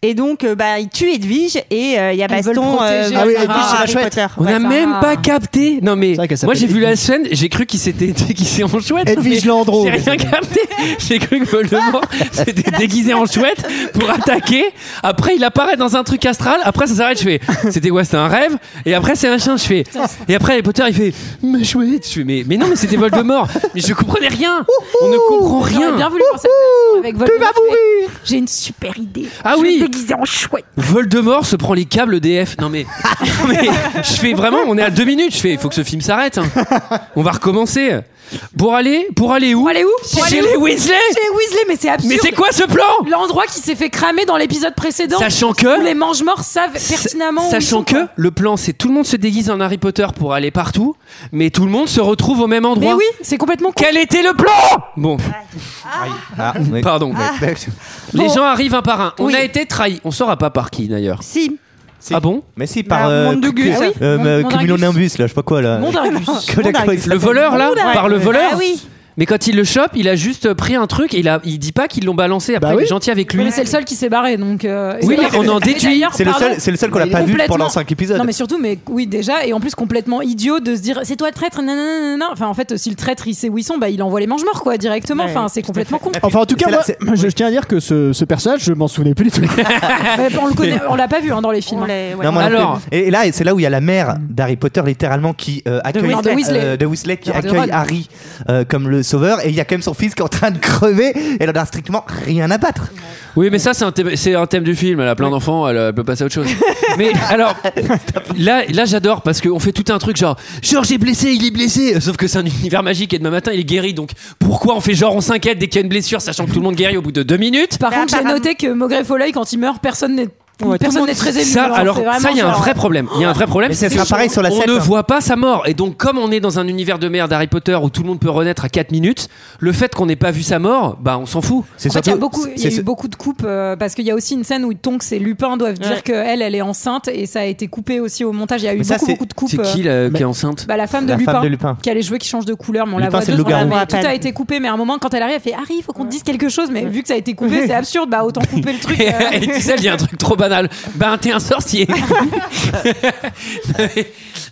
Et donc, euh, bah, il tue Edwige et euh, il y a Elles veulent baston. protéger Ah oui, Voldemort, Edwige, c'est la Harry chouette. Potter. On Ouais, n'a ça- même va. pas capté. Non mais vrai qu'elle moi j'ai s'appelle vu la scène, j'ai cru qu'il s'était déguisé en chouette. Edwige mais Landreau. J'ai rien capté. J'ai cru que Voldemort s'était déguisé en chouette pour attaquer. Après il apparaît dans un truc astral. Après ça s'arrête. Je fais. C'était quoi C'était un rêve. Et après c'est un chien. Je fais. Et après Harry Potter il fait. Mais chouette. Je fais. Mais, mais non mais c'était Voldemort. Mais je comprenais rien. On ne comprend J'aurais bien rien. voulu voir cette version avec Voldemort. mais J'ai une super idée. Ah Je vais oui. me déguiser en chouette. Voldemort se prend les câbles DF. Non mais, non mais je fais vraiment, on est à deux minutes. Je fais, il faut que ce film s'arrête. hein. On va recommencer. Pour aller, pour aller où Pour aller où Pour Chez aller les où Weasley. Chez les Weasley, mais c'est absurde. Mais c'est quoi ce plan L'endroit qui s'est fait cramer dans l'épisode précédent. Sachant Où que, les mange-morts savent pertinemment. où ils sachant sont, que quoi. le plan, c'est tout le monde se déguise en Harry Potter pour aller partout, mais tout le monde se retrouve au même endroit. Mais oui, c'est complètement con. Quel était le plan Bon, Ah, oui. pardon. Mais- Les Bon. gens arrivent un par un. On Oui. a été trahis. On saura pas par qui d'ailleurs. Si, Ah bon Mais si, par. Bah, euh, Mondegus. que- Ah oui. euh, Mon- euh, Mondegus. Cumulonimbus, là, je sais pas quoi, là. Mon dingus. Mondegus. Que- comment il s'appelle Le voleur là Mondegus. Par le voleur Ah oui. Mais quand il le chope, il a juste pris un truc et il, a, il dit pas qu'ils l'ont balancé. Après, Bah il est oui. gentil avec lui. Mais c'est le seul qui s'est barré, donc. euh, Oui, et- on en et déduit. d'ailleurs, C'est le pardon, seul, c'est le seul qu'on a pas vu complètement- pendant 5 épisodes. Non mais surtout, mais oui déjà, et en plus complètement idiot de se dire c'est toi le traître, nanana. Enfin en fait, si le traître il sait où ils sont, bah il envoie les mange-morts quoi directement. Ouais, enfin c'est complètement con. Enfin, en tout cas, C'est la- moi, c'est- je, je tiens à dire que ce, ce personnage, je m'en souvenais plus du tout. Mais on le connaît, on l'a pas vu hein, dans les films. on hein. l'est- ouais. Non, moi non plus. Alors- et et là, c'est là où il y a la mère d'Harry Potter, littéralement, qui euh, accueille Weasley. euh, de Weasley, qui De accueille Ron. Harry euh, comme le sauveur et il y a quand même son fils qui est en train de crever et elle en a strictement rien à battre. Oui, mais ça, c'est un, thème- c'est un thème du film. Elle a plein d'enfants, elle, euh, peut passer à autre chose. mais alors, là, là j'adore parce qu'on fait tout un truc genre Georges est blessé, il est blessé. Sauf que c'est un univers magique et demain matin, il est guéri. Donc pourquoi on fait genre on s'inquiète dès qu'il y a une blessure, sachant que tout le monde guérit au bout de deux minutes Par Bah, contre, j'ai apparemment. noté que Maugrey Follet, quand il meurt, personne n'est personne n'est très ému. ça, hein, alors, c'est vraiment ça, il y a un genre- vrai problème. Il y a un vrai problème. Mais ça c'est sera que pareil sur la On sept, ne hein. voit pas sa mort. Et donc, comme on est dans un univers de merde Harry Potter où tout le monde peut renaître à 4 minutes, le fait qu'on n'ait pas vu sa mort, bah, on s'en fout. C'est En fait, il y a, surtout- beaucoup, il y a c'est- eu beaucoup de coupes euh, parce qu'il y a aussi une scène où Tonks et Lupin doivent dire qu'elle, elle est enceinte et ça a été coupé aussi au montage. Il y a eu Mais ça, beaucoup, c'est- beaucoup de coupes. C'est qui euh, là, qui mais- est enceinte bah, la femme de, La Lupin, femme de Lupin. qui a les cheveux qui changent de couleur, mais on Lupin, la c'est voit le deux secondes, loup-garou. mais Ouais, tout pas- a été coupé. Mais à un moment, quand elle arrive, elle fait Harry, il faut qu'on te dise quelque chose. Mais vu que ça a été coupé, c'est absurde. Bah autant couper le truc. Et, euh. et tu sais, elle dit un truc trop banal. Ben, t'es un sorcier.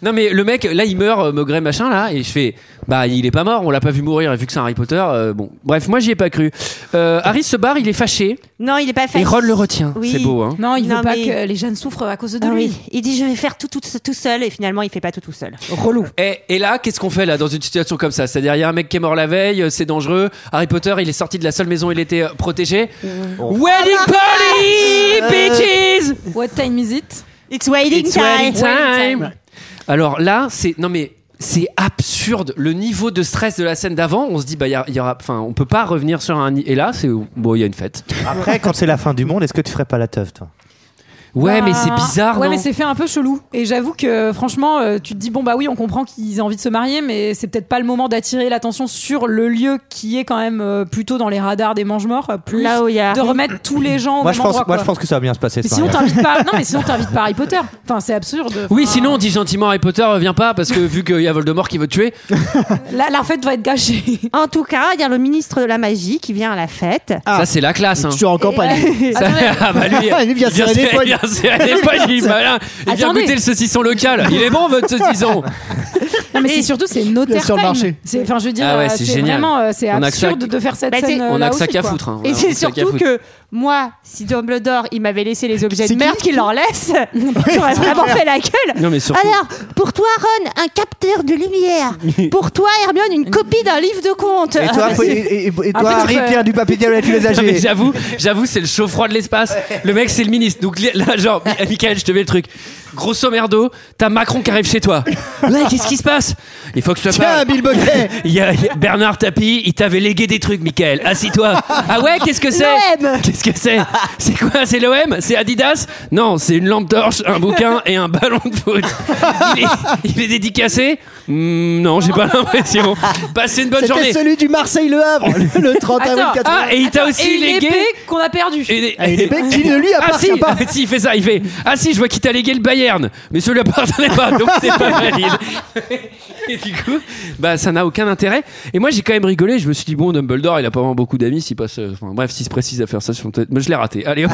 non, mais le mec, là, il meurt, euh, Maugret, machin, là, et je fais, bah, il est pas mort, on l'a pas vu mourir, et vu que c'est un Harry Potter, euh, bon. Bref, moi, j'y ai pas cru. Euh, Harry se barre, il est fâché, Non, il est pas fait. et Ron le retient. Oui. C'est beau, hein. Non, il Non, veut pas mais- que les jeunes souffrent à cause de Ah lui. oui. Il dit je vais faire tout, tout tout seul et finalement il fait pas tout tout seul. Relou. Et, Eh, et là, qu'est-ce qu'on fait là dans une situation comme ça C'est-à-dire, il y a un mec qui est mort la veille, euh, c'est dangereux. Harry Potter, il est sorti de la seule maison où il était euh, protégé. Wedding party, bitches What time is it It's waiting It's time. wedding time. Alors là, c'est non mais c'est absurde le niveau de stress de la scène d'avant. On se dit bah il y a- il y aura, enfin on peut pas revenir sur un et là c'est bon il y a une fête. Après, quand c'est la fin du monde, est-ce que tu ferais pas la teuf, toi Ouais Bah, mais c'est bizarre. Ouais, non mais c'est fait un peu chelou. Et j'avoue que franchement, euh, tu te dis bon bah oui, on comprend qu'ils aient envie de se marier, mais c'est peut-être pas le moment d'attirer l'attention sur le lieu qui est quand même euh, plutôt dans les radars des mange-morts, euh, plus Là où il y a de remettre tous les gens au Moi, même je pense, endroit. moi, quoi. je pense que ça va bien se passer. Mais ce sinon mariage. t'invites pas. Non, mais sinon t'invites pas Harry Potter. Enfin, c'est absurde. Oui, Enfin, sinon on dit gentiment Harry Potter, euh, viens pas parce que vu qu'il y a Voldemort qui veut te tuer. la, la fête va être gâchée. Ah, En tout cas, il y a le ministre de la magie qui vient à la fête. Ah. Ça c'est la classe. Hein. Je suis en campagne. Ça- ah bah lui, Il vient serrer les poils. Il vient serrer les poils, il est malin. Il vient Attendez. goûter le saucisson local. Il est bon votre saucisson. Non, mais c'est surtout c'est notaire Bien sûr, time. marché. C'est enfin je veux dire, Ah ouais, euh, c'est c'est génial. vraiment euh, c'est On a que ça- absurde de faire cette Bah, c'est- scène. euh, on a là que ça aussi, qu'à quoi. foutre. hein. Et Voilà, on c'est a que ça qu'à surtout foutre. que moi, si Dumbledore il m'avait laissé les objets C'est de qui merde qu'il en laisse, j'aurais vraiment fait la gueule. Non mais surtout. Alors, pour toi, Ron, un capteur de lumière. pour toi, Hermione, une copie d'un livre de contes. Ah, Et Ah, toi, et, et- et toi, Après, tu Harry, peux- Pierre du papier diable, tu les Non, mais âgés. j'avoue, j'avoue, c'est le chaud froid de l'espace. Le mec, c'est le ministre. Donc li- là, genre, Mi- Michael, je te mets le truc. Grosso merdo, t'as Macron qui arrive chez toi. Ouais, qu'est-ce qui se passe Il faut que je te Tiens, parle. Bill Bocquet Il y a il y a Bernard Tapie, il t'avait légué des trucs, Michael. Assis-toi. Ah ouais, qu'est-ce que c'est Qu'est-ce que c'est C'est quoi C'est l'OM C'est Adidas Non, c'est une lampe torche, un bouquin et un ballon de foot. Il est, il est dédicacé Hmm, Non, j'ai pas l'impression. Passez une bonne C'était journée. celui du Marseille-Le Havre, le 30 avril Attends, 80. Ah, et il t'a Et aussi une légué. épée qu'on a perdue. Et- Ah, il est bête, qui ne lui Ah si, appartient pas. si, il fait ça, il fait Ah si, je vois qu'il t'a légué le Bayern, mais celui-là appartenait pas, donc c'est pas valide. Et du coup, bah ça n'a aucun intérêt. Et moi j'ai quand même rigolé, je me suis dit bon, Dumbledore, il a pas vraiment beaucoup d'amis, s'il passe, euh, enfin, bref, s'il se précise à faire ça, sur peut-être. Mais je l'ai raté. Allez, hop.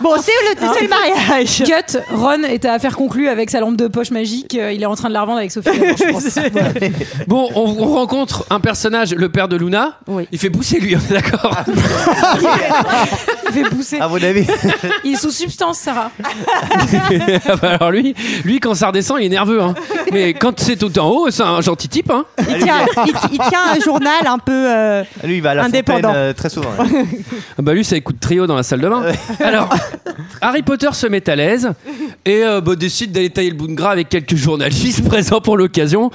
Bon, c'est le, c'est le mariage. Hein. Cut, Ron est à affaire conclue avec sa lampe de poche magique. Euh, Il est en train de la revendre avec Sophie. Gavant, je pense. Voilà. bon, on, on rencontre un personnage, le père de Luna. Oui. Il fait pousser lui, on est d'accord. Il fait pousser. À mon avis. Il est sous substance, Sarah. Ah bah, alors lui, lui quand ça redescend, il est nerveux. hein. Mais quand c'est tout en haut, c'est un gentil type. Hein. Il tient, il, il tient un journal un peu. euh, Lui, il va à la fontaine Indépendant. euh, très souvent. Ah bah lui, ça écoute trio dans la salle de bain. Alors, Harry Potter se met à l'aise et euh, bah, décide d'aller tailler le bout de gras avec quelques journalistes présents pour l'occasion.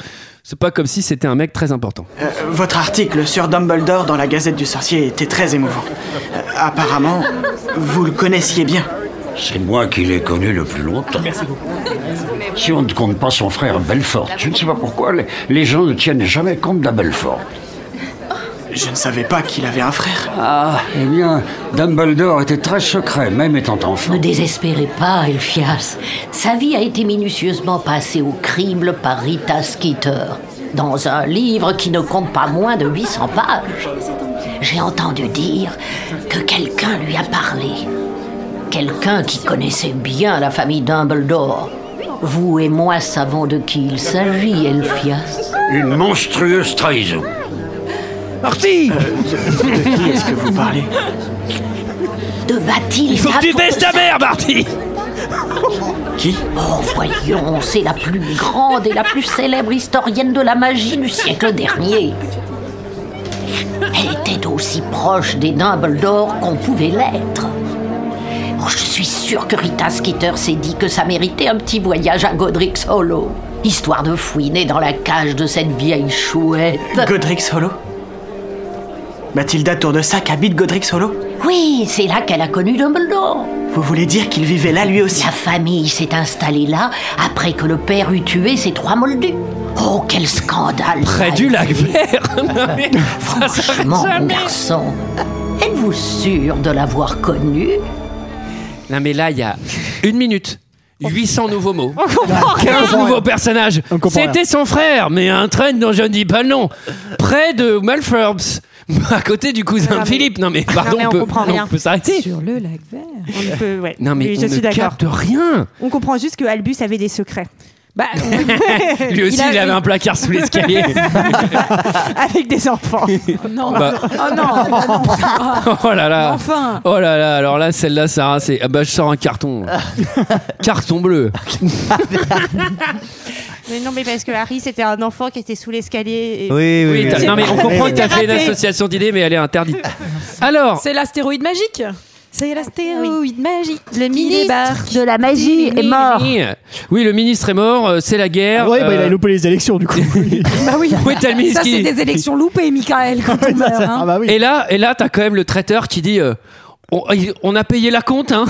C'est pas comme si c'était un mec très important. Euh, votre article sur Dumbledore dans la Gazette du Sorcier était très émouvant. Euh, apparemment, vous le connaissiez bien. C'est moi qui l'ai connu le plus longtemps. Si on ne compte pas son frère Belfort, je ne sais pas pourquoi, les, les gens ne tiennent jamais compte d'un Belfort. Je ne savais pas qu'il avait un frère. Ah, eh bien, Dumbledore était très secret, même étant enfant. Ne désespérez pas, Elphias. Sa vie a été minutieusement passée au crible par Rita Skeeter, dans un livre qui ne compte pas moins de 800 pages. J'ai entendu dire que quelqu'un lui a parlé. Quelqu'un qui connaissait bien la famille Dumbledore. Vous et moi savons de qui il s'agit, Elphias. Une monstrueuse trahison. Parti De qui est-ce que vous parlez De Bathilda. Il faut que tu baisses ta mère, Marty Qui Oh, voyons, c'est la plus grande et la plus célèbre historienne de la magie du siècle dernier. Elle était aussi proche des Dumbledore qu'on pouvait l'être. Oh, je suis sûre que Rita Skeeter s'est dit que ça méritait un petit voyage à Godric's Hollow, histoire de fouiner dans la cage de cette vieille chouette. Godric's Hollow Mathilda Tournesac habite Godric's Hollow Oui, c'est là qu'elle a connu Dumbledore. Vous voulez dire qu'il vivait là lui aussi La famille s'est installée là après que le père eut tué ses trois moldus. Oh, quel scandale Près du lac vert Non, mais ça s'arrête Franchement, mon jamais. garçon, êtes-vous sûr de l'avoir connu Non, mais là, il y a une minute, 800 nouveaux mots, comprend 15 rien. nouveaux personnages. comprend rien. C'était son frère, mais un train dont je ne dis pas le nom. Près de Malforbes, à côté du cousin Non, mais- de Philippe. Non, mais pardon, mais on peut, comprend non, rien. on peut s'arrêter. Sur le lac vert. On ne peut, ouais. Non, mais Oui, on je ne suis d'accord. capte rien. On comprend juste que Albus avait des secrets. Bah, Lui aussi, il, a- avait un placard sous l'escalier. Avec des enfants. non. Bah, Oh non, bah non. Ah, oh là là. Enfin. Oh là là, alors là, celle-là, Sarah, c'est. Ah bah, je sors un carton. carton bleu. mais non, mais parce que Harry, c'était un enfant qui était sous l'escalier. et- Oui, oui. Oui, t'as- oui. non, mais on comprend Oui, que t'as fait une Raté. association d'idées, mais elle est interdite. Alors, C'est l'astéroïde magique. C'est l'astéroïde magique. Le qui ministre débarque. de la magie est mort. oui, le ministre est mort, euh, c'est la guerre. Ouais, bah, il a euh, loupé les élections du coup. Bah oui. Oui, t'as le ministre Ça, qui- c'est des élections loupées, Michael, quand on meurt. hein. ah bah oui. Et là, et là, t'as quand même le traiteur qui dit. euh, on, il- on a payé la compte, hein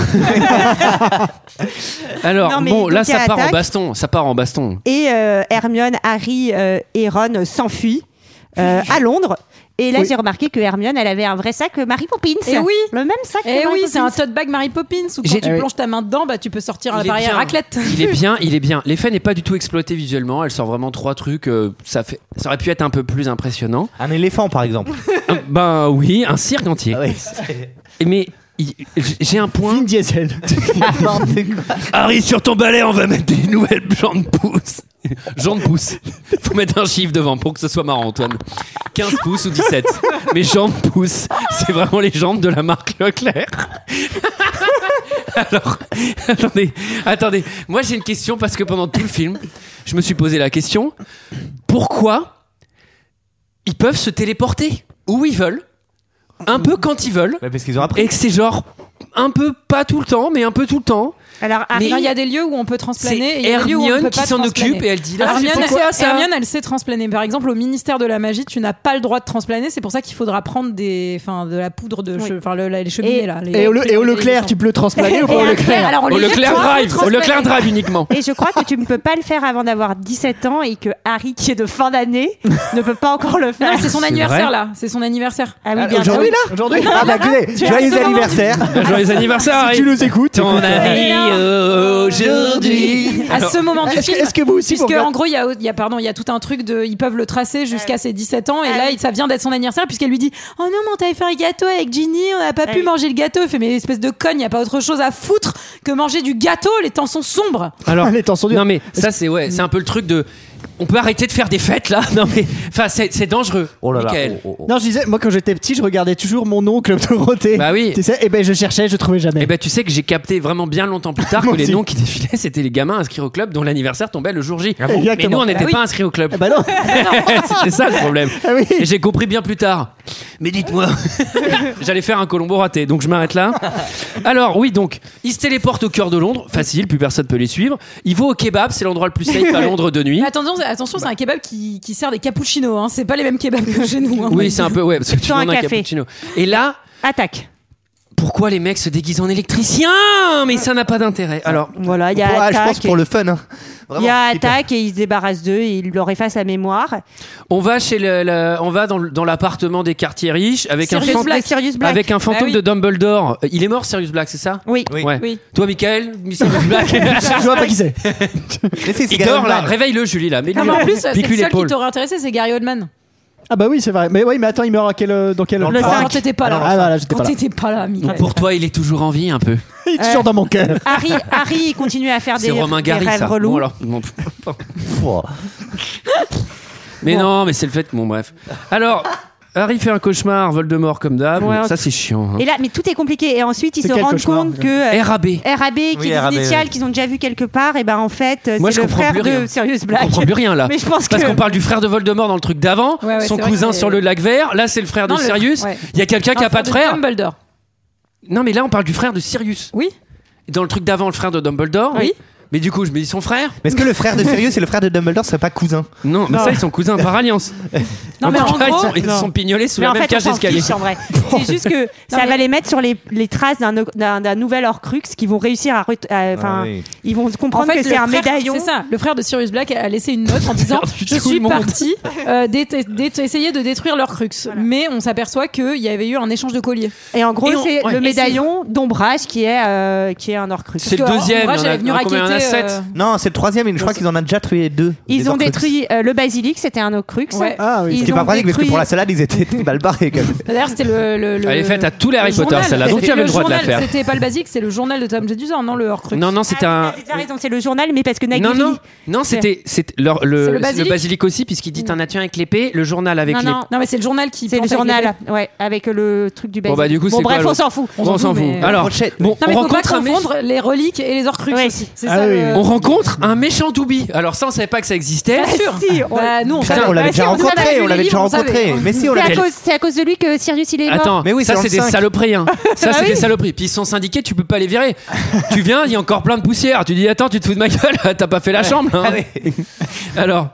Alors Non, mais bon, donc, là il y a ça part en attaque. baston, ça part en baston. Et euh, Hermione, Harry euh, et Ron s'enfuient euh, à Londres. Et là, Oui. j'ai remarqué que Hermione, elle avait un vrai sac euh, Mary Poppins. Eh oui. Le même sac que Eh Mary oui, c'est un Poppins. tote bag Mary Poppins où J'ai- quand tu Ah oui. plonges ta main dedans, bah tu peux sortir à la Il est barrière bien. raclette. Il est bien, il est bien. L'effet n'est pas du tout exploité visuellement. Elle sort vraiment trois trucs. euh, ça fait, ça aurait pu être un peu plus impressionnant. Un éléphant, par exemple. Euh, ben oui, un cirque entier. Ah oui. Mais il- j'ai un point. Vin Diesel. Harry, sur ton balai, on va mettre des nouvelles jambes de pouce. Jambes de pouce. Faut mettre un chiffre devant pour que ce soit marrant, Antoine. 15 pouces ou 17. Mais jambes de pouce, c'est vraiment les jambes de la marque Leclerc. Alors, attendez, attendez. Moi, j'ai une question parce que pendant tout le film, je me suis posé la question pourquoi ils peuvent se téléporter où ils veulent, un peu quand ils veulent, Ouais, parce qu'ils ont appris. et que c'est genre un peu pas tout le temps, mais un peu tout le temps. Alors, Harry, Non, Il y a des lieux où on peut C'est transplaner et il y a des lieux où on ne peut Hermione pas qui s'en transplaner. occupe et elle dit là, Hermione, c'est elle, pourquoi ça Hermione, elle sait transplaner. Par exemple, au ministère de la magie, tu n'as pas le droit de transplaner. C'est pour ça qu'il faudra prendre des, enfin, de la poudre de, che- Oui. enfin, le- la- les cheminées Et- là. les- Et au, les- et au les- Leclerc, les- tu peux le transplaner ou pas au Et- Leclerc Alors, on Au les- Leclerc toi, Oh, Drive, au transplaner. Leclerc Drive uniquement. Et je crois que tu ne peux pas le faire avant d'avoir 17 ans et que Harry, qui est de fin d'année, ne peut pas encore le Non, faire. non, c'est son C'est anniversaire vrai là. C'est son anniversaire. Ah oui, bien sûr. Aujourd'hui, là Aujourd'hui Ah bah, écoutez, joyeux absolument- anniversaire. Ben, Joyeux anniversaire, Si Harry. tu nous écoutes. Ton ami Ah, aujourd'hui. hein. À ce moment du Est-ce que, film. est-ce que vous aussi, Puisque vous en gros il y a, il y a- pardon il y a tout un truc de ils peuvent le tracer jusqu'à ses 17 ans et Ah là il- ça vient d'être son anniversaire puisqu'elle lui dit oh non mais on t'avait fait un gâteau avec Ginny on n'a pas pu Ouais. manger le gâteau Elle fait mais espèce de conne il y a pas autre chose à foutre que manger du gâteau les temps sont sombres Alors, Ah, les temps sont durs. non mais ça c'est ouais, c'est un peu le truc de. On peut arrêter de faire des fêtes là Non mais, enfin c'est c'est dangereux. Oh là là. Michael. oh, oh, oh. Non, je disais, moi quand j'étais petit, je regardais toujours mon oncle Dorothée. Bah oui. Tu sais, et ben je cherchais, je trouvais jamais. Eh ben tu sais que j'ai capté vraiment bien longtemps plus tard Moi que les aussi. noms qui défilaient c'était les gamins inscrits au club dont l'anniversaire tombait le jour J. Mais nous Ah Exactement. on n'était Bah oui. pas inscrits au club. Ah bah non. C'était ça le problème. Ah oui. Et j'ai compris bien plus tard. Mais dites-moi, j'allais faire un Colombo raté, donc je m'arrête là. Alors oui, donc il se téléporte au cœur de Londres, facile, plus personne peut les suivre. Il va au kebab, c'est l'endroit le plus safe à Londres de nuit. attention attention c'est un kebab qui, qui sert des cappuccinos hein. c'est pas les mêmes kebabs que chez nous hein. Oui, c'est un peu ouais parce que tu Sans un demandes un café. cappuccino. Et là, Attaque. pourquoi les mecs se déguisent en électriciens Mais ça n'a pas d'intérêt. Alors Voilà, il y a Pour- ah, je pense attaque. pour le fun. hein. Il y a Vraiment. attaque et ils se débarrassent d'eux et ils leur effacent la mémoire. on va chez le, le- on va dans, le- dans l'appartement des quartiers riches avec un Sirius fantôme, Black. Bah Sirius Black. avec un fantôme oui. de Dumbledore. Euh, Il est mort, Sirius Black, c'est ça Oui. Oui. Ouais. Oui. Toi, Michael, Sirius Black. Je vois pas qui c'est. Mais si, c'est Il Gary dort là, Oldman. réveille-le Julie là, mets-lui Ah, mais en plus, c'est pique-lui le seul qui l'épaule. t'aurait intéressé, c'est Gary Oldman. Ah bah oui, c'est vrai. Mais oui, mais attends, il meurt à quel, euh, dans quel Dans le Ah, cinq. Quand t'étais pas là. Ah, voilà, j'étais quand pas là. t'étais pas là, Michael. Pour toi, il est toujours en vie un peu. Il est toujours dans mon cœur. Harry, Harry il continue à Ah, faire C'est des, Romain des Gary rêves ça. relous. Bon, alors, bon, pff. Pouah. Mais non, mais c'est le fait. Bon bref. Alors, Harry fait un cauchemar, Voldemort comme d'hab. Ouais, ça, c'est chiant. hein. Et là, mais tout est compliqué. Et ensuite, ils C'est se quel rendent cauchemar, compte déjà que. euh, RAB. RAB, qui Oui, est RAB, initial, ouais. qu'ils ont déjà vu quelque part. Et ben en fait, euh, Moi, c'est je le comprends frère plus de rien. Serious Black. Je comprends plus rien là. Mais je pense Parce que. qu'on parle du frère de Voldemort dans le truc d'avant, Ouais, ouais, son c'est vrai cousin que c'est- sur le lac vert. Là, c'est le frère de Non, le- Sirius. Il ouais. y a quelqu'un qui Un a pas de frère de frère. Dumbledore. Non, mais là, on parle du frère de Sirius. Oui. Dans le truc d'avant, le frère de Dumbledore. Oui. Mais du coup, je me dis son frère. Mais est-ce que le frère de Sirius et le frère de Dumbledore seraient pas cousins Non, mais ça, ils sont cousins par alliance. Non, Ah, En mais tout en cas, ils gros- sont- ils non. sont pignolés sous Mais la en même fait, cage on s'en d'escalier. fiche, en vrai. C'est juste que ça va les mettre sur les, les traces d'un d'un- d'un nouvel Horcrux qu'ils vont réussir à. ret- à- Enfin, Ah oui. ils vont En comprendre fait, que le c'est un frère- médaillon. C'est ça. Le frère de Sirius Black a laissé une note en disant Perdu Je tout suis le monde. parti euh, dé- dé- essayer de détruire leur crux. Mais on s'aperçoit qu'il y avait eu un échange de colliers. Et en gros, Et on- c'est ouais. le Et médaillon d'ombrage qui est euh, qui est un Horcrux. C'est le Parce que, deuxième, Ombrage, il y en a- elle est venue il y en a combien, il y en a raqueter, sept euh, Non, c'est le troisième, et je crois qu'ils en ont déjà tué deux. Ils des ont Horcruxes. détruit euh, le basilic, c'était un Horcrux. Ah, Ce Ils qui est ont Ah pas pratique, parce que détruit- pour la salade, ils étaient très mal barrés quand même. D'ailleurs, c'était le, le, le- Elle est faite à tous les Harry le Potter, journal. celle-là, donc C'était tu avais le droit de la journal, faire. C'était pas le basique, c'est le journal de Tom Jedusor, non le Horcrux. Non, non, c'était un. c'est le journal, mais parce que Nagini. Non, non, non, c'était c'était leur- C'est le, le le basilic basilic. aussi, puisqu'il dit un nature avec l'épée, le journal avec non, l'épée. non. mais c'est le journal qui. C'est le plante avec journal, ouais, avec le truc du Bon, basilic. bah, du coup, c'est bref, quoi, on le- s'en fout. On s'en fout. mais- Alors, bon, Non, mais on faut pas rencontre un mec- confondre les reliques et les Horcrux aussi. C'est ça. le- On rencontre un méchant doubi. Alors ça, on savait pas que ça existait. Bah, si, on- Bah, nous, on Putain, savait. on l'avait Bah, déjà si, rencontré, savait, on les l'avait livres, déjà rencontré. savait. Mais si, on C'est l'avait- à cause- C'est à cause de lui que Sirius il est mort. Attends, ça dans c'est le des cinq. saloperies. hein. Ça Bah c'est oui. des saloperies. Puis ils sont syndiqués, tu peux pas les virer. tu viens, il y a encore plein de poussière. Tu dis attends, tu te fous de ma gueule, t'as pas fait la chambre. Ah hein. Alors,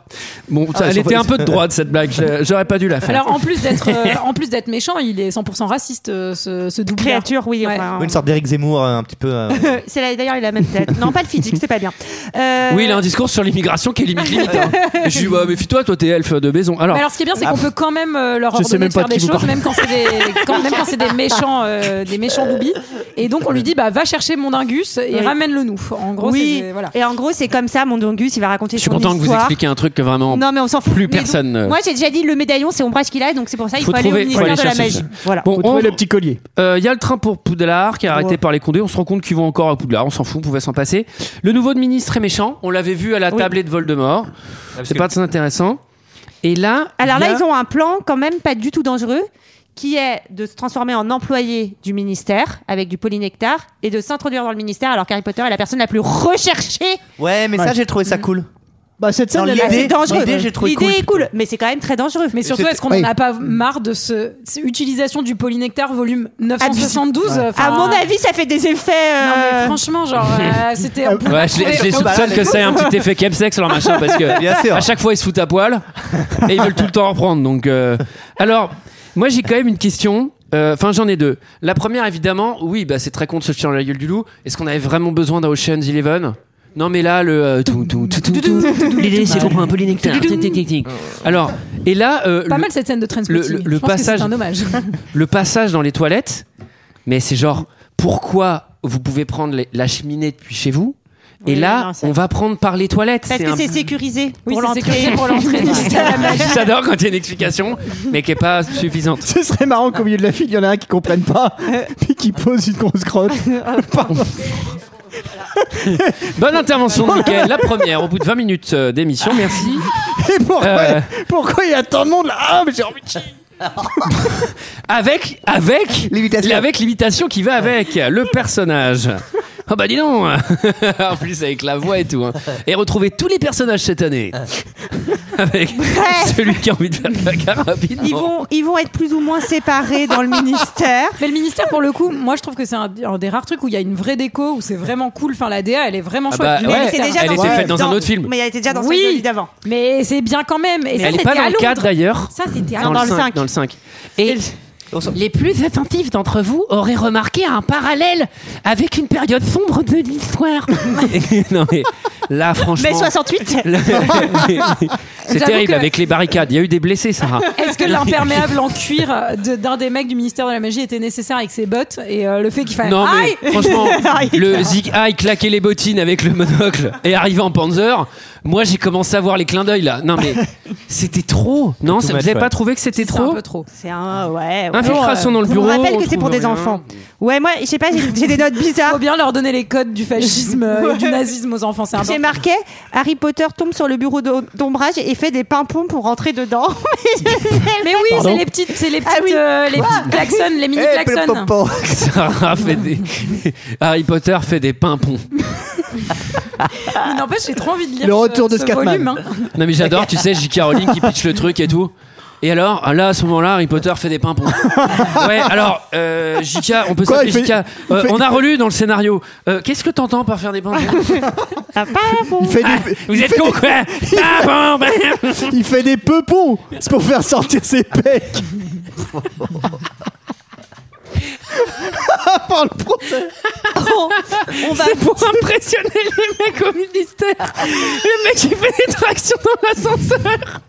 bon, ça, Ah, elle ils sont était pas- un peu de droite cette blague. Je- J'aurais pas dû la faire. Alors en plus d'être euh, en plus d'être méchant, il est 100% raciste euh, ce, ce double créature, oui. enfin, Ou Une sorte d'Éric Zemmour, euh, un petit peu. euh, c'est la- d'ailleurs il a la même tête. Non, pas le physique, c'est pas bien. Euh, Oui, il a un discours sur l'immigration qui est limite limite. hein. Et je dis, bah, méfie-toi, toi, t'es elfe de maison. Alors, Mais alors ce qui est bien, Ah. c'est qu'on peut quand même euh, leur Je sais ordonner même de pas faire de des qui vous choses, parlez. même quand c'est des quand- même quand c'est des méchants euh, des méchants doubis. Et donc on lui dit bah va chercher mon Dingus et Oui. ramène-le nous. En gros, oui. c'est voilà. Et en gros, c'est comme ça, mon Dongus, il va raconter je suis son content histoire. que vous expliquiez un truc que vraiment Non, mais on s'en fout. plus Mais donc, personne. euh, Moi, j'ai déjà dit le médaillon, c'est ombrage qu'il a, donc c'est pour ça il faut, aller au faut ministère de la chercher magie. ça. Voilà. Bon, on- trouver le petit collier. Euh, Il y a le train pour Poudlard qui est arrêté Ouais. par les condés. On se rend compte qu'ils vont encore à Poudlard. On s'en fout, on pouvait s'en passer. Le nouveau de ministre est méchant. On l'avait vu à la tablée de Voldemort. C'est pas très intéressant. Et là, Alors il y là, a- ils ont un plan quand même pas du tout dangereux, qui est de se transformer en employé du ministère avec du polynectar et de s'introduire dans le ministère alors qu'Harry Potter est la personne la plus recherchée. Ouais, mais ça, j'ai trouvé ça cool. Bah, cette Dans scène, elle l'idée, est- c'est dangereux. l'idée, j'ai trouvé L'idée cool. est cool, mais c'est quand même très dangereux. Mais surtout, est-ce qu'on Oui. n'en a pas marre de ce, ce- utilisation du polynectar volume 972 Ouais. enfin, À mon avis, ça fait des effets. Non, euh, mais franchement, genre, euh, c'était. on pouvait Ouais, je les, je les trouver- soupçonne que c'est un petit effet chemsex leur machin parce que Bien sûr. à chaque fois ils se foutent à poil et ils veulent tout le temps reprendre. Donc, euh, alors moi j'ai quand même une question. Euh, Enfin j'en ai deux. La première évidemment, oui bah c'est très con de se tirer dans la gueule du loup. Est-ce qu'on avait vraiment besoin d'un Ocean's Eleven Non mais là le euh, tout tout tout tout tout. L'idée c'est qu'on prend un peu les nectars. Tic, tic, tic, tic. Alors et là euh, Pas le- mal cette scène de train le- le passage- C'est un hommage. le passage dans les toilettes, mais c'est genre pourquoi vous pouvez prendre les- la cheminée depuis chez vous et Oui, là non, c'est- on va prendre par les toilettes. Parce que un- c'est sécurisé Oui, pour c'est l'entrée. sécurisé pour l'entrée du ministère de la magie. J'adore quand il y a une explication, mais qui n'est pas suffisante. Ce serait marrant qu'au milieu de la file, il y en a un qui comprenne pas, puis qui pose une grosse crotte. Pardon. Bonne intervention de Mickaël, la première, au bout de 20 minutes euh, d'émission, merci. Et pourquoi, Euh. pourquoi il y a tant de monde là Ah, mais j'ai envie de chier. Avec, avec, avec l'imitation qui va avec le personnage. Ah bah dis donc En plus avec la voix et tout. hein. Et retrouver tous les personnages cette année. Avec celui qui a envie de faire de la carabine. Ils vont, ils vont être plus ou moins séparés dans le ministère. Mais le ministère, pour le coup, moi je trouve que c'est un, un des rares trucs où il y a une vraie déco, où c'est vraiment cool. Enfin, la DA, elle est vraiment Ah chouette. bah, Du ouais, ministère. elle était faite dans un autre film. Mais elle était déjà dans Oui. celui d'avant. Mais c'est bien quand même. Et ça, Elle n'est c'était pas à dans le Londres. 4 d'ailleurs. Ça, c'était à Ah, Dans, Londres. le 5. Dans le 5. Et les plus attentifs d'entre vous auraient remarqué un parallèle avec une période sombre de l'histoire. non mais là franchement. Mais 68 C'est J'avoue terrible que- avec les barricades. Il y a eu des blessés, Sarah. Est-ce que l'imperméable en cuir de- d'un des mecs du ministère de la magie était nécessaire avec ses bottes et euh, le fait qu'il fallait. Non mais Aïe franchement, Aïe. le Zig Eye claquer les bottines avec le monocle et arriver en Panzer. Moi, j'ai commencé à voir les clins d'œil là. Non mais c'était trop. Non, Too ça much, vous avez ouais. pas trouvé que c'était C'est un trop peu trop. C'est un. Ouais. ouais. Infiltration dans le Je bureau. vous rappelle on que c'est pour trouve des rien. enfants. Ouais, moi, je sais pas, j'ai j'ai des notes bizarres. Faut bien leur donner les codes du fascisme euh, et du nazisme aux enfants, c'est important. J'ai marqué Harry Potter tombe sur le bureau d'om- d'ombrage et fait des pimpons pour rentrer dedans. Mais oui, c'est les petites, c'est les Ah petites, euh, les petites klaxons, les mini Eh, klaxons. Sarah fait des... Harry Potter fait des pimpons. Il n'empêche, j'ai trop envie de lire Le ce- retour de ce Scatman. volume. hein. Non mais j'adore, tu sais, J.K. Rowling qui pitch le truc et tout. Et alors, là, à ce moment-là, Harry Potter fait des pimpons. Ouais, alors, euh, J.K., on peut Quoi, s'appeler il fait- J.K. il Euh, fait- on a relu dans le scénario. Euh, Qu'est-ce que t'entends par faire des pimpons Il fait des- Ah, Vous il êtes fait cons, des- quoi Ah, bon, ben... Il fait des peupons C'est pour faire sortir ses pecs Par le procès C'est pour impressionner les mecs au ministère. Le mec, il fait des tractions dans l'ascenseur.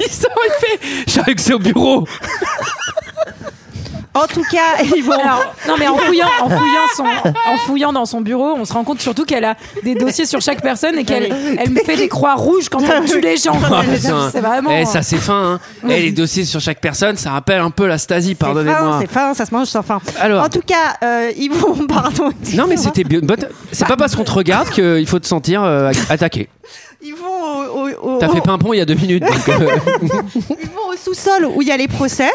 Il sort, il fait. Je savais que c'est au bureau. En tout cas, ils vont. Alors, non, mais en fouillant, en fouillant, son, en fouillant dans son bureau, on se rend compte surtout qu'elle a des dossiers sur chaque personne et qu'elle elle me fait des croix rouges quand elle tue les gens. Ah, putain. c'est vraiment. Mm. Eh, ça, c'est fin. Hein. Eh, les dossiers sur chaque personne, ça rappelle un peu la Stasi, Fin, pardonnez-moi. c'est fin, ça se mange sans fin. Alors. En tout cas, euh, ils vont, pardon, Non, mais c'était bien. bonne- C'est pas parce qu'on te regarde qu'il faut te sentir euh, attaqué. ils vont au, au- au- Oh. T'as fait pimpon il y a deux minutes. donc, euh, ils vont au sous-sol où il y a les procès.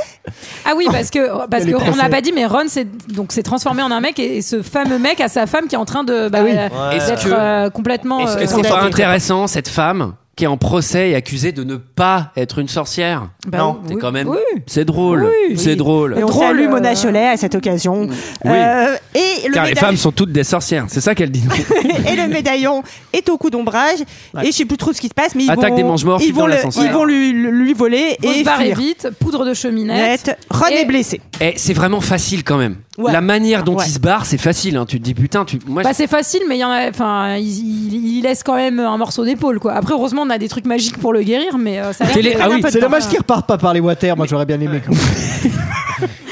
Ah oui, parce que parce Il y a les qu'on l'a procès. pas dit, mais Ron s'est donc s'est transformé en un mec et, et ce fameux mec a sa femme qui est en train de Ah bah, euh, Est-ce d'être que- euh, complètement. Est-ce euh, que c'est pas condamné. intéressant, cette femme qui est en procès et accusée de ne pas être une sorcière Bah oui. C'est quand même. C'est drôle. C'est drôle. Et on salue Mona Cholet à cette occasion. Euh, et le Car les médaillon- femmes sont toutes des sorcières, c'est ça qu'elle dit. et le médaillon est au coup d'ombrage. Et je sais plus trop ce qui se passe, mais ils Attaque vont, des mange-morts, ils fuite vont, dans le- l'ascenseur. ils vont lui, lui voler Faut se et barrer fuir. vite, poudre de cheminette. Net. Ron est blessé. Et Eh, c'est vraiment facile quand même. Ouais. La manière dont Ouais. il se barre, c'est facile. hein. Tu te dis putain, tu. Moi, Bah c'est facile, mais il y en a. Enfin, il, il- il laisse quand même un morceau d'épaule, quoi. Après, heureusement, on a des trucs magiques pour le guérir, mais euh, ça. a l'air Télé- de- Ah oui, C'est dommage qu'il repart pas par les water, moi j'aurais bien aimé.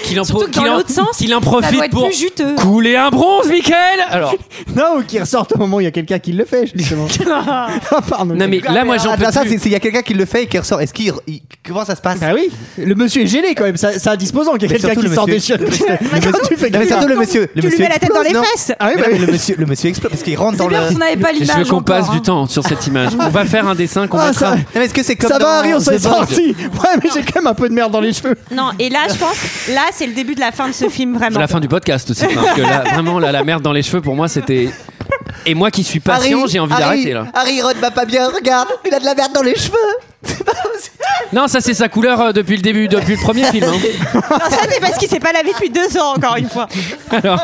qu'il en, Surtout pro- que dans qu'il en- l'autre sens, qu'il en ça profite doit être pour plus juteux. couler un bronze, Michael. Alors. Non, ou qu'il ressorte au moment où il y a quelqu'un qui le fait, justement. Ah, pardon. Non, mais là, moi, j'en peux Attends, ça, plus. c'est- c'est- il y a quelqu'un qui le fait et qui ressort. Est-ce qu'il. il- Comment ça se passe Ah oui, le monsieur est gêné quand même, ça, ça a disposant qu'il y a Mais quelqu'un surtout qui le sort des monsieur- chiottes. Quand tu fais Non, mais surtout cuire. le monsieur. Tu lui mets la tête dans les non fesses. Ah oui, Mais bah non, mais oui. le monsieur, le monsieur explose parce qu'il rentre dans le. C'est bien parce qu'on n'avait pas Je l'image. veux qu'on encore, passe hein. du temps sur cette image. On va faire un dessin qu'on Ah, mettra. ça, Non, mais est-ce que c'est comme ça dans- va, Harry, on s'est The Boys sorti. Ouais, mais j'ai quand même un peu de merde dans les cheveux. Non, et là, je pense, là, c'est le début de la fin de ce film, C'est vraiment. la fin du podcast aussi. parce que là, vraiment, là, la merde dans les cheveux, pour moi, c'était. Et moi qui suis Harry, patient, j'ai envie Harry, d'arrêter là. Harry, Ron va pas bien, regarde, il a de la merde dans les cheveux. C'est pas possible. Non, ça c'est sa couleur euh, depuis le début, depuis le premier film. hein. Non, ça, c'est parce qu'il s'est pas lavé depuis deux ans, encore une fois. Alors,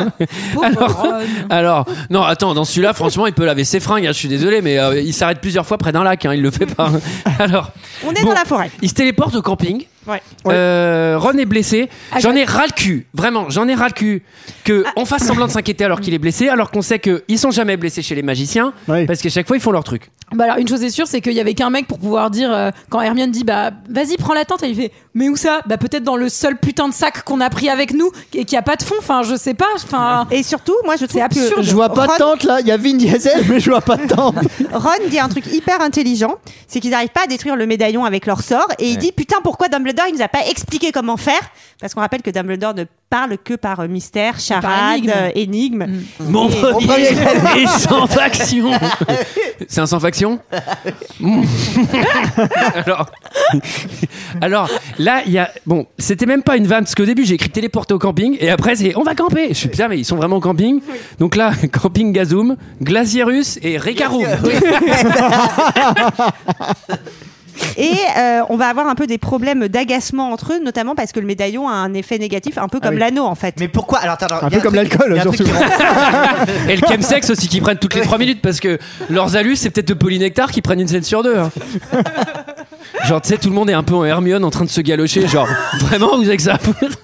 Pauvre alors, Ron. alors, non, attends, dans celui-là, franchement, il peut laver ses fringues. hein, je suis désolé, mais euh, il s'arrête plusieurs fois près d'un lac. hein, il le fait pas. hein. Alors, On est Bon. dans la forêt. il se téléporte au camping. Ouais. Euh, Ron est blessé. Ah, J'en je- ai ras le cul, vraiment. J'en ai ras le cul que on fasse semblant de s'inquiéter alors qu'il est blessé, alors qu'on sait que ils sont jamais blessés chez les magiciens, Oui. parce qu'à chaque fois ils font leur truc. Bah alors une chose est sûre, c'est qu'il y avait qu'un mec pour pouvoir dire euh, quand Hermione dit bah vas-y prends la tente, elle lui fait mais où ça Bah peut-être dans le seul putain de sac qu'on a pris avec nous et qui a pas de fond. Enfin je sais pas. Enfin Et surtout, moi, je trouve C'est que absurde. Je vois pas de Ron- tente là, il y a Vin Diesel, mais je vois pas de tente. Ron dit un truc hyper intelligent, c'est qu'ils n'arrivent pas à détruire le médaillon avec leur sort, et il dit putain pourquoi Dumbledore il nous a pas expliqué comment faire, parce qu'on rappelle que Dumbledore ne parle que par euh, mystère, charade, énigme. Mm. euh, énigme. Mon premier Et sans faction C'est un sans faction Mm. alors, alors, là, il y a. Bon, c'était même pas une vanne, parce qu'au début, j'ai écrit téléporter au camping, et après, c'est on va camper Je suis bien, mais ils sont vraiment au camping. Donc là, camping Gazoum, Glacierus et Recaroum. Et euh, on va avoir un peu des problèmes d'agacement entre eux, notamment parce que le médaillon a un effet négatif, un peu Ah comme oui. l'anneau en fait. Mais pourquoi Alors, attends, attends, Un y a peu comme truc- l'alcool, y a un truc surtout. qui rentre. Et le chemsex aussi, qui prennent toutes les 3 minutes, parce que leurs alus, c'est peut-être de polynectar qui prennent une scène sur deux. hein. Genre, tu sais, tout le monde est un peu en Hermione en train de se galocher. Genre, vraiment, vous avez que ça à foutre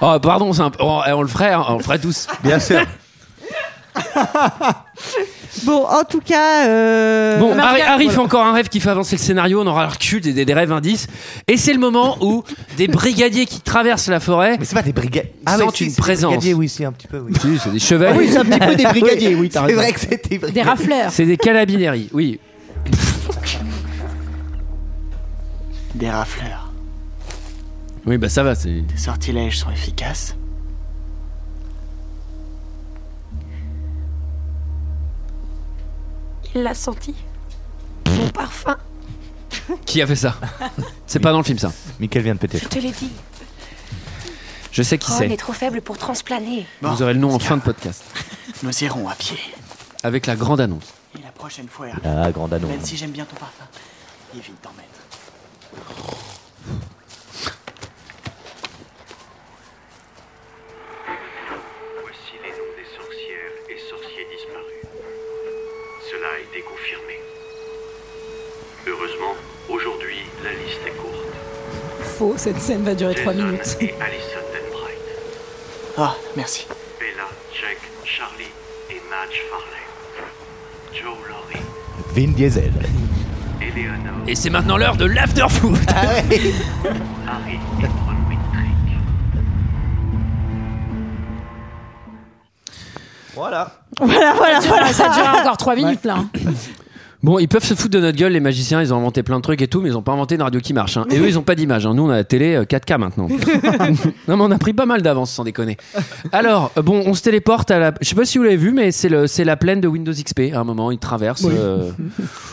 Oh, pardon, c'est un peu- oh, eh, on le ferait, hein, on le ferait tous. Euh, Bien sûr. Bon, en tout cas, euh, Bon, mais Harry, regarde, Harry voilà. fait encore un rêve qui fait avancer le scénario, on aura le recul des, des rêves indices. Et c'est le moment où des brigadiers qui traversent la forêt, Mais c'est pas des brigades. Sentent si, une c'est des présence. Ah brigadiers, oui, si, un petit peu, oui. Oui, c'est des chevaliers, Oui, c'est un petit peu des brigadiers, oui, t'as C'est raison. vrai que c'était des des brigadiers. rafleurs. c'est des calabineries, oui. Des rafleurs. Oui, bah ça va, c'est. Tes sortilèges sont efficaces. Il l'a senti. parfum. Qui a fait ça C'est pas dans le film ça. Michael vient de péter. Je te l'ai dit. Je sais qui Ron c'est. Oh, est trop faible pour transplaner. Vous aurez le nom en fin de podcast. Nous irons à pied. Avec la grande annonce. Et la prochaine fois, La grande annonce. même si j'aime bien ton parfum, évite d'en mettre. Voici les noms des sorcières et sorciers disparus. Cela a été confirmé. Heureusement, aujourd'hui, la liste est courte. Faux, cette scène va durer 3 Jason minutes. et Alison Denbright. Ah, merci. Bella, Jack, Charlie et Madge Farley. Joe Laurie, Vin Diesel. Eleanor, Et c'est maintenant l'heure de l'afterfood. Harry et Ron Wintrick. Voilà. Voilà, voilà, voilà, ça dure encore 3 Ouais. minutes là. hein. Bon, ils peuvent se foutre de notre gueule, les magiciens, ils ont inventé plein de trucs et tout, mais ils ont pas inventé une radio qui marche. hein. Et eux, ils ont pas d'image. hein. Nous, on a la télé euh, 4K maintenant. non, mais on a pris pas mal d'avance, sans déconner. Alors, euh, bon, on se téléporte à la. Je sais pas si vous l'avez vu, mais c'est le, c'est la plaine de Windows XP. À un moment, ils traversent. Oui. euh,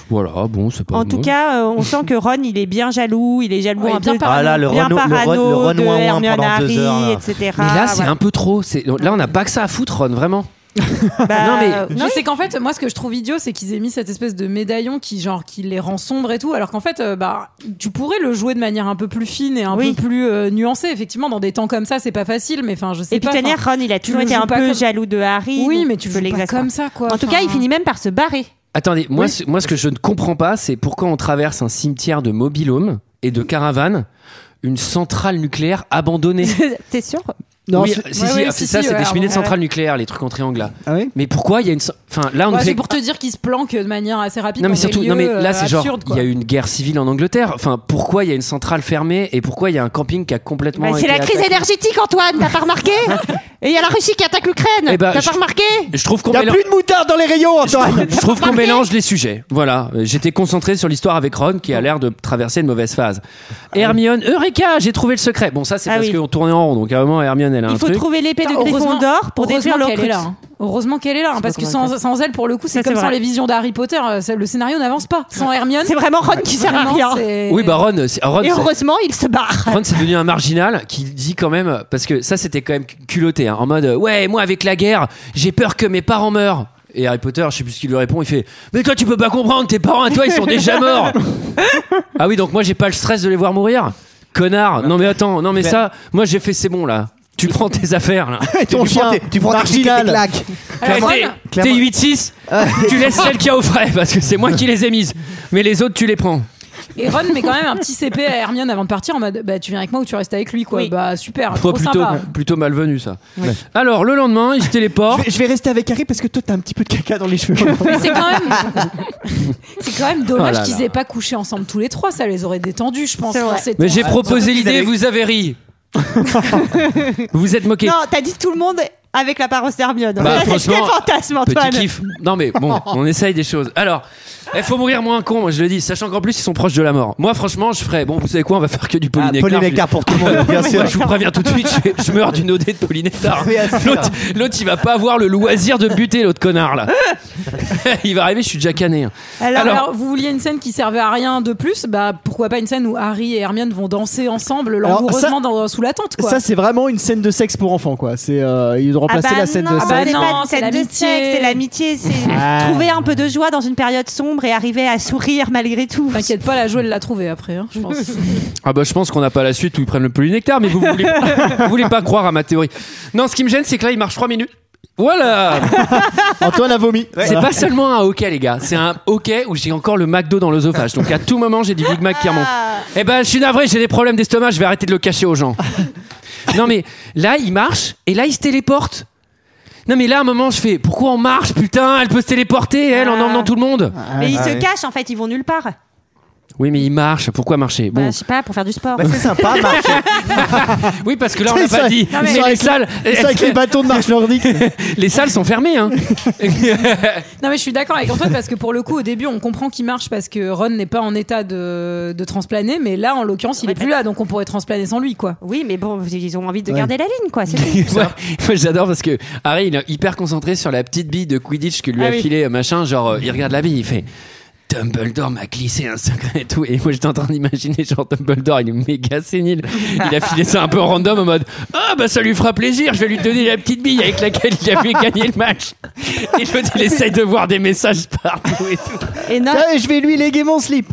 Voilà, bon, c'est pas. En tout bon. cas, euh, on sent que Ron, il est bien jaloux, il est jaloux un peu. parano. Ah là, le bien Ron- le Ron- le parano Ron de ouin ouin Hermione pendant deux Harry, heures, là. etc. Mais là, c'est Voilà. un peu trop. C'est... Là, on n'a pas que ça à foutre, Ron, vraiment. Bah, non euh, mais- c'est qu'en fait moi ce que je trouve idiot c'est qu'ils aient mis cette espèce de médaillon qui genre qui les rend sombres et tout alors qu'en fait euh, bah tu pourrais le jouer de manière un peu plus fine et un peu plus euh, nuancée effectivement dans des temps comme ça c'est pas facile mais enfin je sais Et puis, pas de toute manière, enfin, Ron, il a tu toujours le été joues un pas peu comme- jaloux de Harry. Oui, donc mais tu peux le joues pas l'exacerber. comme ça, quoi. En tout cas, il finit même par se barrer. Attendez, moi, ce- moi, ce que je ne comprends pas, c'est pourquoi on traverse un cimetière de mobilhome et de caravanes, une centrale nucléaire abandonnée. T'es sûr oui, si, si, ah, c'est ça, c'est des euh, cheminées de centrales nucléaires, les trucs en triangle là. Mais pourquoi il y a une. cen- Enfin, là, on Ah Ouais, fait- c'est pour te dire qu'ils se planquent de manière assez rapide Non mais dans des surtout, lieux, non mais euh, là c'est genre, absurdes, il quoi. y a eu une guerre civile en Angleterre. Enfin, pourquoi il y a une centrale fermée et pourquoi il y a un camping qui a complètement. Bah, c'est la crise énergétique, Antoine, t'as pas remarqué Et il y a la Russie qui attaque l'Ukraine, Eh ben, t'as je- pas remarqué Je trouve qu'on Il y a mélange- plus de moutarde dans les rayons, hein, Antoine. Je trouve qu'on mélange les sujets. Voilà, Euh, j'étais concentré sur l'histoire avec Ron qui a l'air de traverser une mauvaise phase. Ah Hermione, Eureka, j'ai trouvé le secret. Bon, ça c'est Ah parce oui. qu'on tournait en rond, donc à un moment Hermione elle a un Il faut truc. trouver l'épée de Putain, heureusement- Gryffondor pour heureusement détruire qu'elle est là, l'Orcrux. hein. Heureusement qu'elle est là, hein, parce que sans, sans elle, pour le coup, c'est Ça, comme c'est sans vrai. les visions d'Harry Potter, euh, ça- le scénario n'avance pas. Sans Hermione, c'est vraiment Ron qui sert à rien. Oui, bah Ron, c'est- Ron, Et c'est- heureusement, il se barre. Ron c'est devenu un marginal qui dit quand même parce que ça c'était quand même culotté hein, en mode euh, ouais moi avec la guerre j'ai peur que mes parents meurent et Harry Potter je sais plus ce qu'il lui répond il fait mais toi tu peux pas comprendre tes parents à toi ils sont déjà morts ah oui donc moi j'ai pas le stress de les voir mourir connard non mais attends non mais ça moi j'ai fait c'est bon là tu prends tes affaires là Ton chien, tu prends ta clique et tes claques. Hey, Clairement- t'es- clairement- T'es 8-6 tu laisses celle qui a au frais parce que c'est moi qui les ai mises mais les autres tu les prends Et Ron met quand même un petit CP à Hermione avant de partir en mode bah tu viens avec moi ou tu restes avec lui quoi. Bah super, trop Toi, plutôt, sympa. plutôt malvenu ça alors le lendemain il se téléporte Je vais rester avec Harry parce que toi t'as un petit peu de caca dans les cheveux. Mais c'est quand même, c'est quand même Oh dommage là là. qu'ils aient pas couché ensemble tous les trois, ça les aurait détendus, je pense. C'est vrai. dans ces Mais temps. Ah, j'ai proposé l'idée, vous avez ri. vous vous êtes moqué. Non, t'as dit tout le monde avec la parole d'Hermione. Ça, Bah, C'était franchement, fantasme, Antoine. Petit kiff. Non mais bon, on essaye des choses. Alors, il faut mourir moins con, moi je le dis, sachant qu'en plus ils sont proches de la mort. Moi franchement, je ferais, bon vous savez quoi, on va faire que du polynectar. Ah, polynectar pour tout le monde, bien sûr. Moi, je vous préviens tout de suite, je, vais- je meurs d'une OD de polynectar. L'autre, l'autre, il va pas avoir le loisir de buter l'autre connard là. il va arriver, je suis déjà cané. hein. Alors, alors, vous vouliez une scène qui servait à rien de plus, bah pourquoi pas une scène où Harry et Hermione vont danser ensemble Alors, langoureusement ça- dans- sous la tente quoi. Ça c'est vraiment une scène de sexe pour enfants quoi. C'est euh, ils ont Ah remplacé bah la scène de Ah bah non, c'est sexe. pas une c'est scène de sexe, l'amitié. c'est l'amitié, c'est Ah. trouver un peu de joie dans une période sombre et arriver à sourire malgré tout. T'inquiète pas, la joie elle l'a trouvée après, hein, je pense. Ah bah je pense qu'on n'a pas la suite où ils prennent le polynectar, mais vous voulez, vous voulez pas croire à ma théorie. Non, ce qui me gêne, c'est que là, il marche 3 minutes. Voilà Antoine a vomi. C'est pas seulement un hockey, les gars. C'est un hockey où j'ai encore le McDo dans l'œsophage. Donc à tout moment, j'ai du Big Mac qui remonte. Eh ben, je suis navré, j'ai des problèmes d'estomac, je vais arrêter de le cacher aux gens. Non mais là, il marche et là, il se téléporte. Non mais là, à un moment, je fais pourquoi on marche, putain Elle peut se téléporter, elle, en emmenant tout le monde. Ah. Ah, Mais bah ils se cachent en fait, ils vont nulle part. Oui, mais il marche. Pourquoi marcher Bah, Bon. Ah, je sais pas, pour faire du sport. Bah, c'est sympa, marcher. Oui, parce que là, on n'a Ils sont pas avec- dit. ils Mais sont les avec- salles. ils sont avec les bâtons de marche nordique. les salles sont fermées, hein. Non mais je suis d'accord avec Antoine parce que pour le coup au début on comprend qu'il marche parce que Ron n'est pas en état de, de transplaner mais là en l'occurrence il est plus là donc on pourrait transplaner sans lui quoi. Oui mais bon ils ont envie de garder la ligne quoi. Moi, moi, j'adore parce que Harry, il est hyper concentré sur la petite bille de Quidditch que lui Ah a oui. filé, euh, machin. Genre, euh, il regarde la bille, il fait. Dumbledore m'a glissé un secret et tout. Et moi, j'étais en train d'imaginer, genre, Dumbledore, il est méga sénile. Il a filé ça un peu random en mode Ah, bah ça lui fera plaisir, je vais lui donner la petite bille avec laquelle il avait gagné le match. Et l'autre, il essaye de voir des messages partout et tout. Et non. Tiens, Ah, je vais lui léguer mon slip.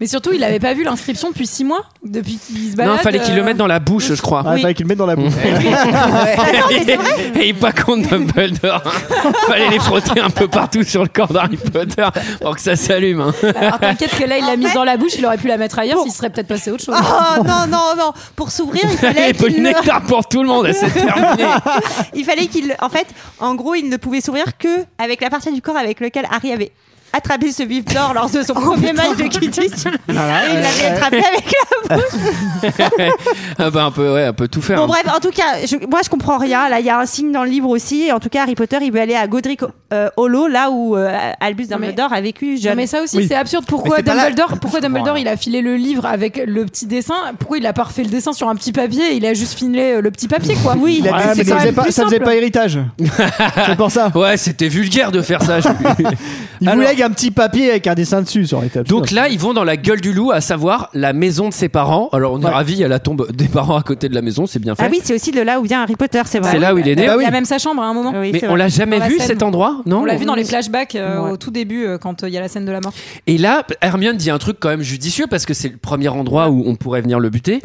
Mais surtout, il n'avait pas vu l'inscription depuis 6 mois, depuis qu'il Bah, se balade. non, fallait qu'il le euh, mette dans la bouche, je crois. Ah, il fallait qu'il le mette dans la bouche. euh, Ah Et il pas contre Dumbledore. hein. Fallait les frotter un peu partout sur le corps d'Harry Potter pour que ça s'allume. hein. Alors t'inquiète que là, il l'a mise dans la bouche, il aurait pu la mettre ailleurs, s'il serait peut-être passé à autre chose. Oh non, non, non. Pour s'ouvrir, il fallait Allez, qu'il le- nectar pour tout le monde, c'est terminé. il fallait qu'il. En fait, en gros, il ne pouvait s'ouvrir que avec la partie du corps avec lequel Harry avait attrapé ce vif d'or lors Oh, de son premier match de Ah Quidditch. Voilà, Et il ouais, l'avait ouais. attrapé avec la bouche. ah bah un peu, ouais, un peu tout faire. Bon, hein. bref, en tout cas, je- moi je comprends rien. Là, il y a un signe dans le livre aussi. Et En tout cas, Harry Potter, il veut aller à Godric euh, Hollow, là où euh, Albus Dumbledore a vécu jeune. mais ça aussi, c'est absurde. Pourquoi Dumbledore, pourquoi Dumbledore il a filé le livre avec le petit dessin Pourquoi il a pas refait le dessin sur un petit papier Il a juste filé euh, le petit papier, quoi. Oui, Ouais, mais ça, faisait pas, ça faisait pas héritage. C'est pour ça. Ouais, c'était vulgaire de faire ça. je- Il vous lègue un petit papier avec un dessin dessus sur les tables. Donc là, ils vont dans la gueule du loup, à savoir la maison de ses parents. Alors on est ravis, il y a la tombe des parents à côté de la maison, c'est bien fait. Ah oui, c'est aussi de là où vient Harry Potter, c'est vrai. C'est là où il est né. Il y a même sa chambre à un moment. Mais on l'a jamais Dans la vu scène. cet endroit, non Bah On l'a vu dans les flashbacks euh, au tout début euh, quand euh, il y a la scène de la mort. Et là, Hermione dit un truc quand même judicieux parce que c'est le premier endroit où on pourrait venir le buter.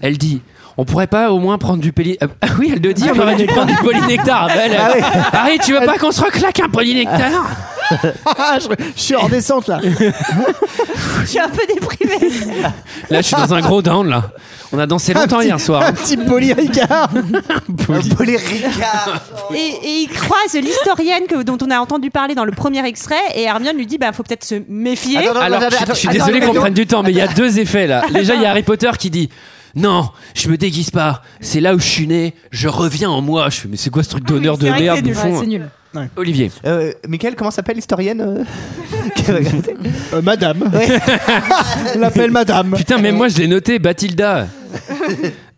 Elle dit. On pourrait pas au moins prendre du péli... Ah, oui, elle le dit, on aurait dû prendre du polynectar. Ah, elle, Ah oui. Harry, tu veux pas qu'on se reclaque un polynectar je, je suis en descente là. Je suis un peu déprimée. Là, je suis dans un gros down, là. On a dansé longtemps petit- hier soir. Un petit polyricard. Et, et il croise l'historienne que- dont on a entendu parler dans le premier extrait. Et Hermione lui dit bah, faut peut-être se méfier. Ah Alors, je- je, suis désolé qu'on prenne du temps, mais il y a deux effets là. Déjà, il y a Harry Potter qui dit Non, je me déguise pas, c'est là où je suis né, je reviens en moi. Je fais, mais c'est quoi ce Ah truc d'honneur de merde, bouffon Olivier. Euh, Michael, comment s'appelle l'historienne euh, qui a regardé Euh, madame. Ouais. On l'appelle madame. Putain, mais moi je l'ai noté, Bathilda.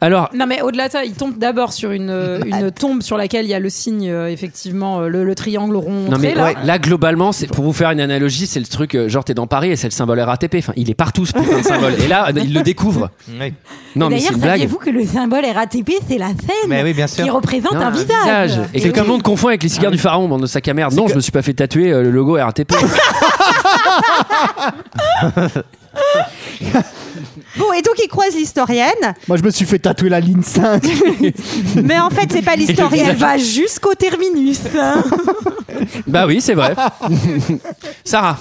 Alors, Non mais au-delà de ça, il tombe d'abord sur une, euh, une tombe sur laquelle il y a le signe euh, effectivement euh, le, le triangle rond. non, mais là. ouais, là, globalement, c'est pour vous faire une analogie, c'est le truc euh, genre t'es dans Paris et c'est le symbole RATP. Enfin, il est partout ce putain de symbole. Et là, il le découvre. Non, mais c'est D'ailleurs, une blague. saviez-vous que le symbole RATP, c'est la scène Mais oui, bien sûr. qui représente Non, un visage. Et que tout le monde confond avec les cigares du pharaon, bande de sac à merde. Non, je me suis pas fait tatouer euh, le logo RATP. Bon, et donc il croise l'historienne. Moi, je me suis fait tatouer la ligne 5. Mais en fait, c'est pas l'historienne. Elle va jusqu'au terminus. hein. Bah oui, c'est vrai. Sarah.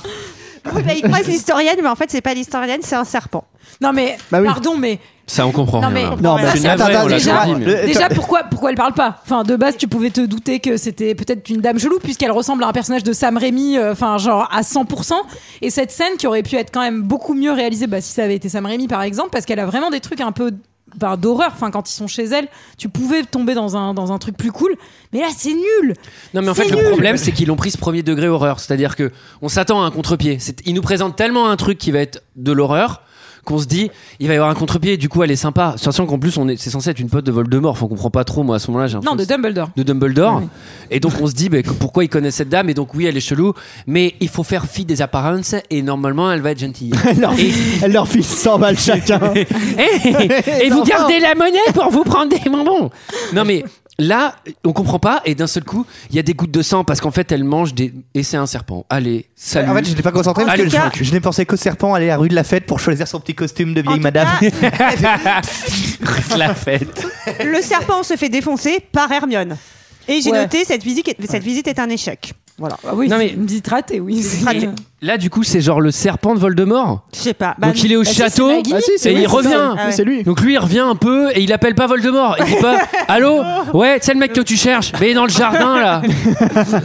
il croise l'historienne, mais en fait, c'est pas l'historienne, c'est un serpent. Non, mais Bah oui. Euh, pardon, mais Ça, on comprend. Non, rien, mais- hein. Non, mais- Je suis attends, navré, attends, on l'a déjà- compris, mais- Déjà, pourquoi, pourquoi elle parle pas Enfin, de base, tu pouvais te douter que c'était peut-être une dame chelou, puisqu'elle ressemble à un personnage de Sam Raimi, euh, enfin, genre à 100%. Et cette scène qui aurait pu être quand même beaucoup mieux réalisée bah, si ça avait été Sam Raimi, par exemple, parce qu'elle a vraiment des trucs un peu bah, d'horreur. Enfin, quand ils sont chez elle, tu pouvais tomber dans un, dans un truc plus cool. Mais là, c'est nul Non mais en C'est fait le nul. problème c'est qu'ils l'ont pris ce premier degré horreur, c'est-à-dire que on s'attend à un contre-pied. C'est- Ils nous présentent tellement un truc qui va être de l'horreur qu'on se dit il va y avoir un contre-pied. Du coup elle est sympa, sachant qu'en plus on est c'est censé être une pote de Voldemort. Enfin on comprend pas trop moi à ce moment-là. j'ai Non, l'impression de que Dumbledore. c'est- de Dumbledore. Et donc on se dit ben, que- pourquoi il connaît cette dame et donc oui elle est chelou, mais il faut faire fi des apparences et normalement elle va être gentille. Elle leur, file, elle leur file 100 balles chacun. et, et vous Non. gardez la monnaie pour vous prendre des bonbons. Non mais là, on comprend pas et d'un seul coup, il y a des gouttes de sang parce qu'en fait, elle mange des et c'est un serpent. Allez, salut. En fait, je n'ai pas concentré parce Allez, que je m'en je, occupe. je n'ai pensé qu'au serpent aller à la rue de la fête pour choisir son petit costume de vieille madame. la fête. Le serpent se fait défoncer par Hermione. Et j'ai Ouais. noté cette visite, est- cette visite est un échec. Voilà. Ah oui, Non, mais- c'est une petite ratée, oui. Et Là, du coup, c'est genre le serpent de Voldemort. Je sais pas. Donc Bah, il est au château Ah, et il revient. Donc lui il revient un peu et il appelle pas Voldemort. Il dit pas Allô Ouais, c'est le mec que tu cherches. Mais il est dans le jardin là.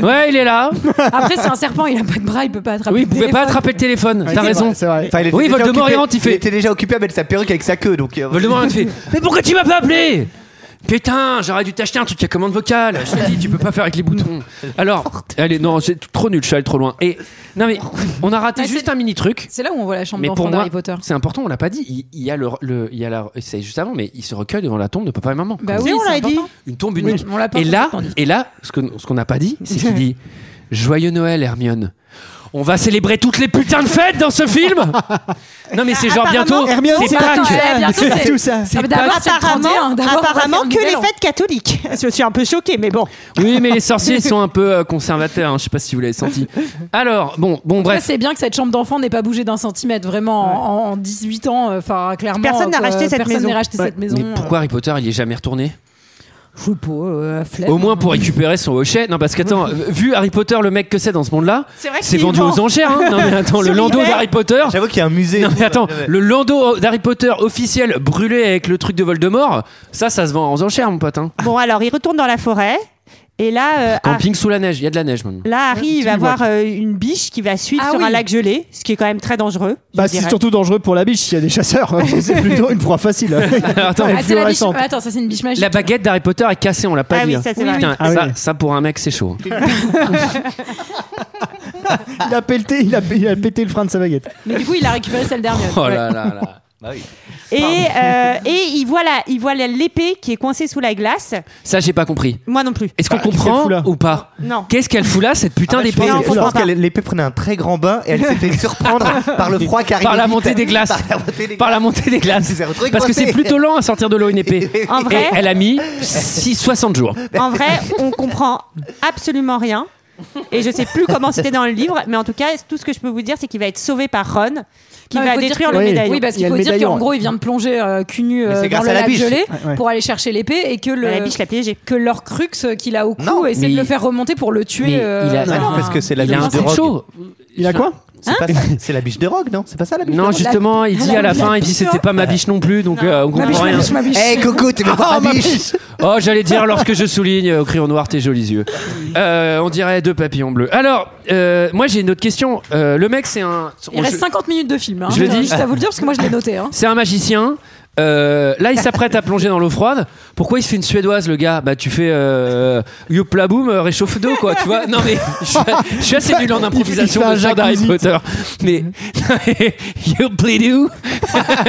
Ouais, il est là. Après, c'est un serpent, il a pas de bras, il peut pas attraper. Oui, le il pouvait pas téléphone. attraper le téléphone. T'as raison. Enfin, il était oui, déjà Voldemort occupé- est rentré. Il était déjà occupé à mettre sa perruque avec sa queue. Donc, euh, Voldemort a fait Mais pourquoi tu m'as pas appelé Putain, j'aurais dû t'acheter un truc à commande vocale. Je te dis, tu peux pas faire avec les boutons. Alors, allez, non, c'est t- trop nul, je suis allé trop loin. Et non mais, on a raté juste un mini truc. C'est là où on voit la chambre Mais d'enfant pour moi, d'Harry Potter. c'est important, on l'a pas dit. Il, il y a le, le- il y a la, c'est juste avant, mais il se recueille devant la tombe de papa et maman. Bah Comme oui, ça. c'est important. une tombe unique. on l'a pas et là, entendu. et là, ce que ce qu'on n'a pas dit, c'est qu'il dit Joyeux Noël, Hermione. On va célébrer toutes les putains de fêtes dans ce film Non mais c'est genre bientôt, Hermione, c'est c'est Pâques. Pâques. Ouais, bientôt, C'est c'est- tout ça. c'est Ah, mais d'abord, Pâques. c'est le 31, d'abord, on va apparemment faire le que Nouvel les An. fêtes catholiques. Je suis un peu choquée, mais bon. Oui mais les sorciers sont un peu euh, conservateurs, hein, je sais pas si vous l'avez senti. Alors, bon, bon Après, bref. c'est bien que cette chambre d'enfant n'ait pas bougé d'un centimètre, vraiment, en, en 18 ans. euh, Enfin, clairement. Personne n'a euh, racheté cette personne maison. n'a racheté cette maison. Mais pourquoi Harry Potter il y est jamais retourné Je sais pas, euh, flemme. Au moins pour récupérer son hochet. Non, parce qu'attends, euh, vu Harry Potter, le mec que c'est dans ce monde-là, C'est vrai c'est qu'il vendu vend. aux enchères. hein. Non, mais attends, le Sur landau eBay. d'Harry Potter. J'avoue qu'il y a un musée. Non, mais attends, le landau d'Harry Potter officiel brûlé avec le truc de Voldemort, ça, ça se vend aux enchères, mon pote. hein. Bon, alors, il retourne dans la forêt. Et là, euh, Har- Ah. Camping sous la neige, il y a de la neige maintenant. là, Harry, il va dis-moi. avoir euh, une biche qui va suivre Ah sur un oui. lac gelé, ce qui est quand même très dangereux. je Bah, c'est dirais. surtout dangereux pour la biche s'il y a des chasseurs. hein. c'est plutôt une proie facile. attends. Elle est Ah, c'est la biche- fluorescente. Attends, ça c'est une biche magique. La baguette d'Harry Potter est cassée, on l'a pas Ah dit. oui, hein. ça, c'est vrai. Putain, Ah oui. ça, ça, pour un mec, c'est chaud. hein. ah. Il a pété, il a, il a pété le frein de sa baguette. Mais du coup, il a récupéré celle dernière. Oh là là là. Et, euh, et il voit la- il voit la- l'épée qui est coincée sous la glace. Ça, j'ai pas compris. Moi non plus. Est-ce qu'on qu'est-ce qu'elle comprend fout là ou pas Non. Qu'est-ce qu'elle fout là, cette putain Ah, bah, je d'épée pense- je pense que l'épée prenait un très grand bain et elle s'est fait surprendre par le froid qui arrive. Par la vite. montée des glaces. Par la montée des Par la montée des glaces. C'est un truc Parce que c'est coincé. plutôt lent à sortir de l'eau une épée. En vrai- Et elle a mis 6, 60 jours. En vrai, on comprend absolument rien. Et je sais plus comment c'était dans le livre, mais en tout cas, tout ce que je peux vous dire, c'est qu'il va être sauvé par Ron, qui Non, mais va faut dire détruire que- le oui, médaillon. Oui, Il parce y qu'il a faut le dire médaillon. qu'en gros, il vient de plonger euh, cul nu euh, Mais c'est dans grâce le à la lac biche. gelé Ouais, ouais. pour aller chercher l'épée et que le, La biche l'a piégé. que leur crux euh, qu'il a au cou essaie mais- de le faire remonter pour le tuer. Mais euh, il a- dans Ah non, un- parce que c'est la dans biche un de sac rogue. chaud. Il a quoi C'est pas ça. C'est la biche de rogue, non C'est pas ça la biche de Non, rogue justement, il dit à la fin, il dit c'était pas ma biche non plus, donc euh, on comprend rien. Eh, coucou, tu veux Ah, voir ma ma biche Oh, j'allais dire lorsque je souligne euh, au crayon noir tes jolis yeux. Euh, on dirait deux papillons bleus. Alors, euh, moi j'ai une autre question. Euh, le mec, c'est un. Il on- reste je- 50 minutes de film. hein. Je le dis. juste à vous le dire parce que moi je l'ai noté. hein. C'est un magicien. Euh, là, il s'apprête à plonger dans l'eau froide. Pourquoi il se fait une suédoise, le gars Bah, tu fais euh, youpla boum, euh, réchauffe d'eau, quoi, tu vois. Non, mais je suis, je suis assez nul en improvisation Il fait un de genre d'Harry jacuzzi, Potter. Mais youpla doo,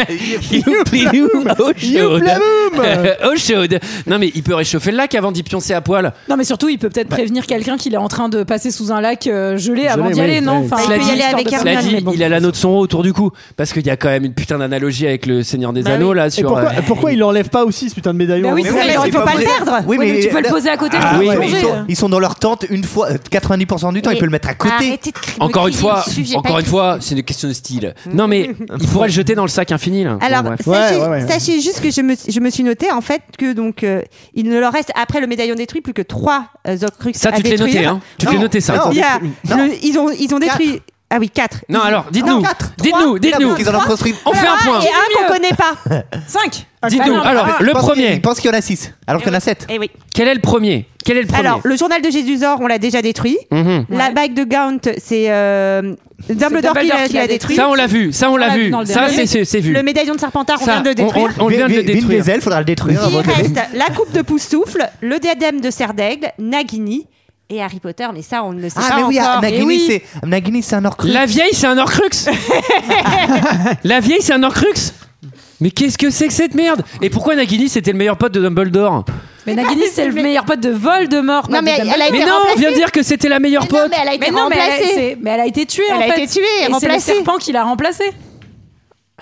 youpla doo, eau chaude. Youpla boum. Eau chaude. Non, mais il peut réchauffer le lac avant d'y pioncer à poil. Non, mais surtout, il peut peut-être prévenir quelqu'un qu'il est en train de passer sous un lac euh, gelé, avant Gelé, d'y oui, aller, non oui. Enfin, Cela il Ah, peut y dit- aller avec cela Hermione, dit, mais bon. il a l'anneau de son haut autour du cou. Parce qu'il y a quand même une putain d'analogie avec le Seigneur des Bah Anneaux, oui. là, Et sur. pourquoi, euh, pourquoi il enlève pas aussi ce putain de médaillon Bah oui, hein c'est ça, ouais, il aurait- c'est faut pas pas le vrai. perdre. Oui, Oui, mais mais- tu peux le poser à côté. Ah, faut oui, pas mais ils, changer. sont, ils sont dans leur tente une fois, euh, 90% du temps, ils peuvent le mettre à côté. Arrêtez de crier- Encore me une crier fois, dessus, j'ai pas encore une écrit. fois, c'est une question de style. Non mais il pourrait le jeter dans le sac infini là. Alors, Bon, bref. sachez, Ouais, ouais, ouais. sachez juste que je me, je me suis noté en fait que donc euh, il ne leur reste après le médaillon détruit plus que trois euh, Horcruxes ça à tu te l'es noté détruire. hein. Tu te Non, l'es noté ça. non. Il y a- Non. le- ils ont ils ont détruit ah oui quatre. Non alors, Non, dites-nous. quatre, Dites-nous, dites-nous. Ils en ont construit. On fait un point. Et un qu'on connaît pas. Cinq Dites-nous. Ah, non, Alors, ah, le Ils pensent qu'il- premier. Ils pensent qu'il y en a 6, alors qu'il y en a 7. Eh oui. Quel est le premier Quel est le premier Alors le journal de Jésus-Or on l'a déjà détruit. Mhm. La bague de Gaunt c'est euh, Dumbledore qui l'a- qui l'a détruit. Ça on l'a vu, ça on Ah bah, l'a vu, dans le ça dernier. c'est- c'est c'est vu. Le médaillon de Serpentard on Ça, vient de le on- détruire. on- on vient de le détruire. des ailes, faudra le détruire. Il avant de- reste la coupe de Poussoufle, le diadème de Serre d'Aigle, Nagini et Harry Potter, mais ça, on ne le sait Ah, pas mais oui, ah, encore. Nagini, Eh oui. c'est- Nagini, c'est un orcrux. La vieille c'est un Horcrux. La vieille c'est un Horcrux. Mais qu'est-ce que c'est que cette merde Et pourquoi Nagini c'était le meilleur pote de Dumbledore Mais Nagini, c'est le meilleur pote de Voldemort. Non, pas mais de elle- Dumbledore. elle a Mais été non, on vient remplacée. de dire que c'était la meilleure Mais non, pote. mais elle a été Mais non, mais elle, remplacée. c'est- mais elle a été tuée Elle en a fait. été tuée, Et c'est le remplacée. serpent qui l'a remplacée.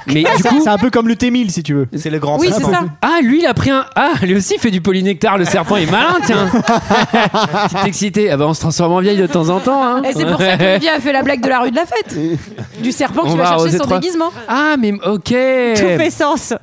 Mais du coup, C'est un peu comme le T1000 si tu veux. C'est le grand Oui, c'est serpent. ça. Ah, lui, il a pris un. Ah, lui aussi, il fait du polynectar. Le serpent est malin, tiens. T'es excité. Ah, bah, on se transforme en vieille de temps en temps. Hein. Et c'est pour ça qu'Olivia a fait la blague de la rue de la fête. Du serpent On qui va va oser chercher son trois. déguisement. Ah, mais ok. Tout fait sens.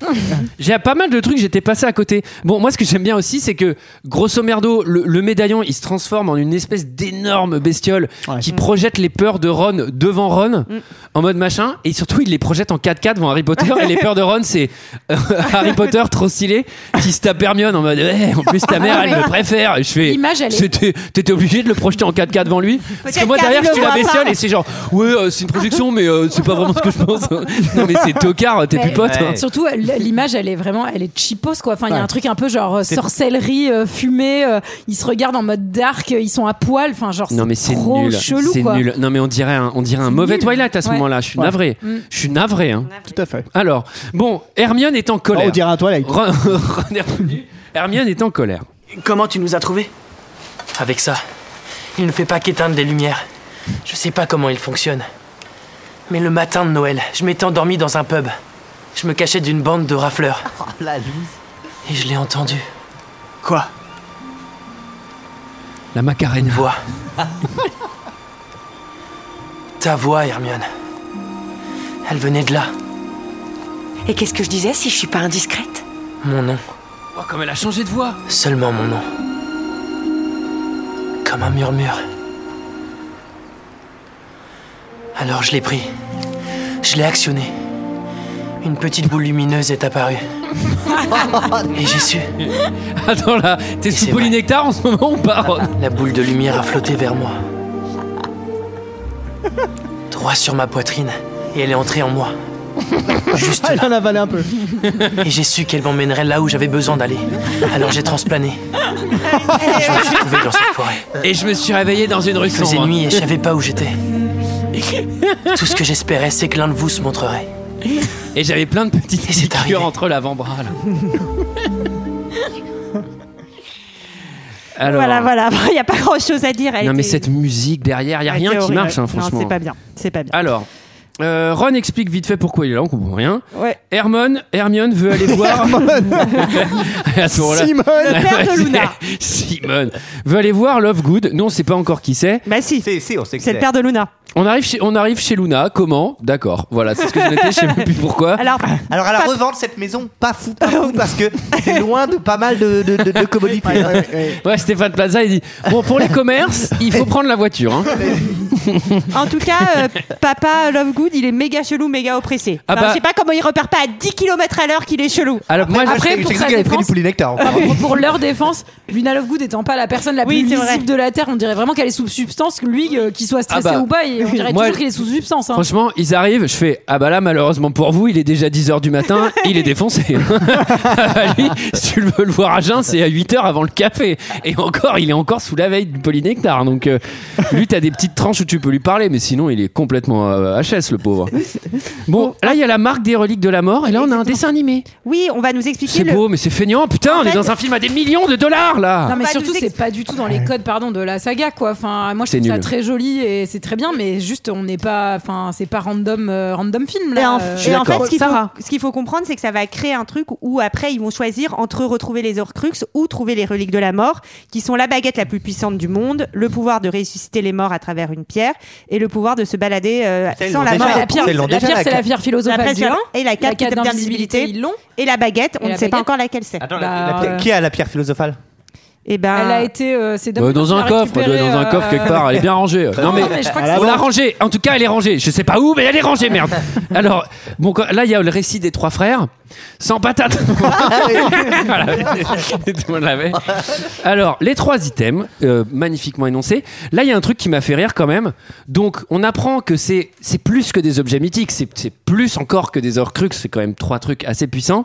J'ai pas mal de trucs, j'étais passé à côté. Bon, moi, ce que j'aime bien aussi, c'est que, grosso merdo, le, le médaillon, il se transforme en une espèce d'énorme bestiole Ouais. qui projette les peurs de Ron devant Ron, en mode machin, et surtout, il les projette en 4x4 devant Harry Potter, et les peurs de Ron, c'est euh, Harry Potter trop stylé, qui se tape Hermione en mode, Eh, en plus, ta mère, elle me préfère. Et je fais, L'image, elle est- c'était- t'étais obligé de le projeter en 4x4 devant lui. Parce que Peut-être moi, qu'Harry derrière, le je suis la voit bestiole, pas. et c'est genre, ouais, euh, c'est une projection, mais euh, c'est pas vraiment ce que je pense. non, mais c'est tocard, t'es Mais- plus pote. Ouais. hein. Surtout, l- l'image, elle est vraiment, elle est cheapos quoi. Enfin, il y a un truc un peu genre euh, sorcellerie, euh, fumée. euh, ils se regardent en mode dark, euh, ils sont à poil. Enfin, genre, Non mais Oh, c'est trop nul, chelou, c'est quoi. nul. Non mais on dirait un, on dirait un mauvais nul. Twilight à ce Ouais. moment-là. Je suis Ouais. navré, Mm. je suis navré. hein. Tout à fait. Alors bon, Hermione est en Oh, colère. on dirait un toilette. Ron- Ron est revenu. Hermione est en colère. Comment tu nous as trouvés Avec ça, il ne fait pas qu'éteindre des lumières. Je sais pas comment il fonctionne. Mais le matin de Noël, je m'étais endormi dans un pub. Je me cachais d'une bande de rafleurs. Et je l'ai entendu. Quoi La Macarena. voix. Ta voix, Hermione. Elle venait de là, Et qu'est-ce que je disais si je suis pas indiscrète mon nom. Oh, comme elle a changé de voix. Seulement mon nom. Comme un murmure. Alors je l'ai pris. Je l'ai actionné. Une petite boule lumineuse est apparue. Et j'ai su. Attends là, t'es sous polynectar en ce moment ou pas La boule de lumière a flotté vers moi. Droit sur ma poitrine. Et elle est entrée en moi. Juste Ah, Elle en a avalé un peu. Et j'ai su qu'elle m'emmènerait là où j'avais besoin d'aller. Alors j'ai transplané. Je me suis trouvé dans cette forêt. Et je me suis réveillé dans une rue Il faisait sombre. nuit et je savais pas où j'étais. Tout ce que j'espérais, c'est que l'un de vous se montrerait. Et j'avais plein de petites piqûres entre l'avant-bras. là. Alors, Voilà, voilà. Il n'y a pas grand chose à dire. Elle Non mais était- cette musique derrière, il y a elle rien était qui horrible. marche, hein, franchement. Non, c'est pas bien. C'est pas bien. Alors, euh, Ron explique vite fait pourquoi il est là, on comprend rien. Ouais. Hermione, Hermione veut aller voir. À ce moment-là- Simone. Le père de Luna. Simone veut aller voir Lovegood. Nous, on sait pas encore qui c'est. Bah si. on sait C'est le père de Luna. On arrive chez, on arrive chez Luna. Comment D'accord. Voilà, c'est ce que je notais. Je sais même plus pourquoi. Alors, Alors à la revente cette maison, pas fou, pas fou, parce que c'est loin de pas mal de, de, de- de commodités. Ouais, Stéphane Plaza, il dit Bon, pour les commerces, il faut prendre la voiture. hein. En tout cas, euh, papa Lovegood, il est méga chelou, méga oppressé. Ah Enfin, bah. Ah, Je sais pas comment il repère pas à 10 km à l'heure qu'il est chelou. Alors, moi, Après, j'ai- pour j'ai sa cru qu'elle avait pris défense- du polynectar. Pour- pour leur défense, Luna Lovegood étant pas la personne la plus Oui, c'est vrai. lisible de la Terre, on dirait vraiment qu'elle est sous substance, que lui, euh, qu'il soit stressé Ah bah, ou pas, et on dirait moi, toujours qu'il est sous substance. hein. Franchement, ils arrivent, je fais Ah bah là, malheureusement pour vous, il est déjà 10h du matin, il est défoncé. Ah, Lui, si tu le veux le voir à jeun, c'est à 8h avant le café. Et encore, il est encore sous la veille du polynectar. Donc, euh, lui, t'as des petites tranches où tu peux lui parler, mais sinon, il est complètement euh, HS, le pauvre. Bon, là, il y a la marque des reliques de la mort, et là, on a un dessin animé. Oui, on va nous expliquer. C'est le- beau, mais c'est feignant. Oh, Putain, En on est fait- dans un film à des millions de dollars, là. Non mais Bah, surtout nous ex- c'est pas du tout dans les codes pardon de la saga quoi. Enfin moi je C'est trouve ça nul. très joli et c'est très bien mais juste on n'est pas enfin c'est pas random euh, random film Et là. en, Euh, et en fait, ce qu'il faut, ce qu'il faut comprendre, c'est que ça va créer un truc où après, ils vont choisir entre retrouver les Horcruxes ou trouver les reliques de la mort, qui sont la baguette la plus puissante du monde, le pouvoir de ressusciter les morts à travers une pierre et le pouvoir de se balader euh, ils sans l'ont la déjà, mort. la La pierre, Ils l'ont la déjà, pierre, la c'est la carte. pierre Après, philosophique du ça- vin. et la carte, carte d'invisibilité, d'invisibilité, ils l'ont. Et la baguette, on Et ne la sait pas baguette. encore laquelle c'est. Bah, euh, Qui a la pierre philosophale Et ben, Elle a été euh, c'est Euh, Dumbledore dans qui un l'a coffre, récupérée, dans un euh, coffre quelque part, elle est bien rangée. euh. Non mais, mais je crois que on c'est- l'a rangée. En tout cas, elle est rangée. Je sais pas où, mais elle est rangée, merde. Alors, bon, quand- là il y a le récit des trois frères sans patate. Voilà. Tout le monde l'avait. Alors, les trois items euh, magnifiquement énoncés. Là, il y a un truc qui m'a fait rire quand même. Donc, on apprend que c'est c'est plus que des objets mythiques, c'est c'est plus encore que des Horcrux. C'est quand même trois trucs assez puissants.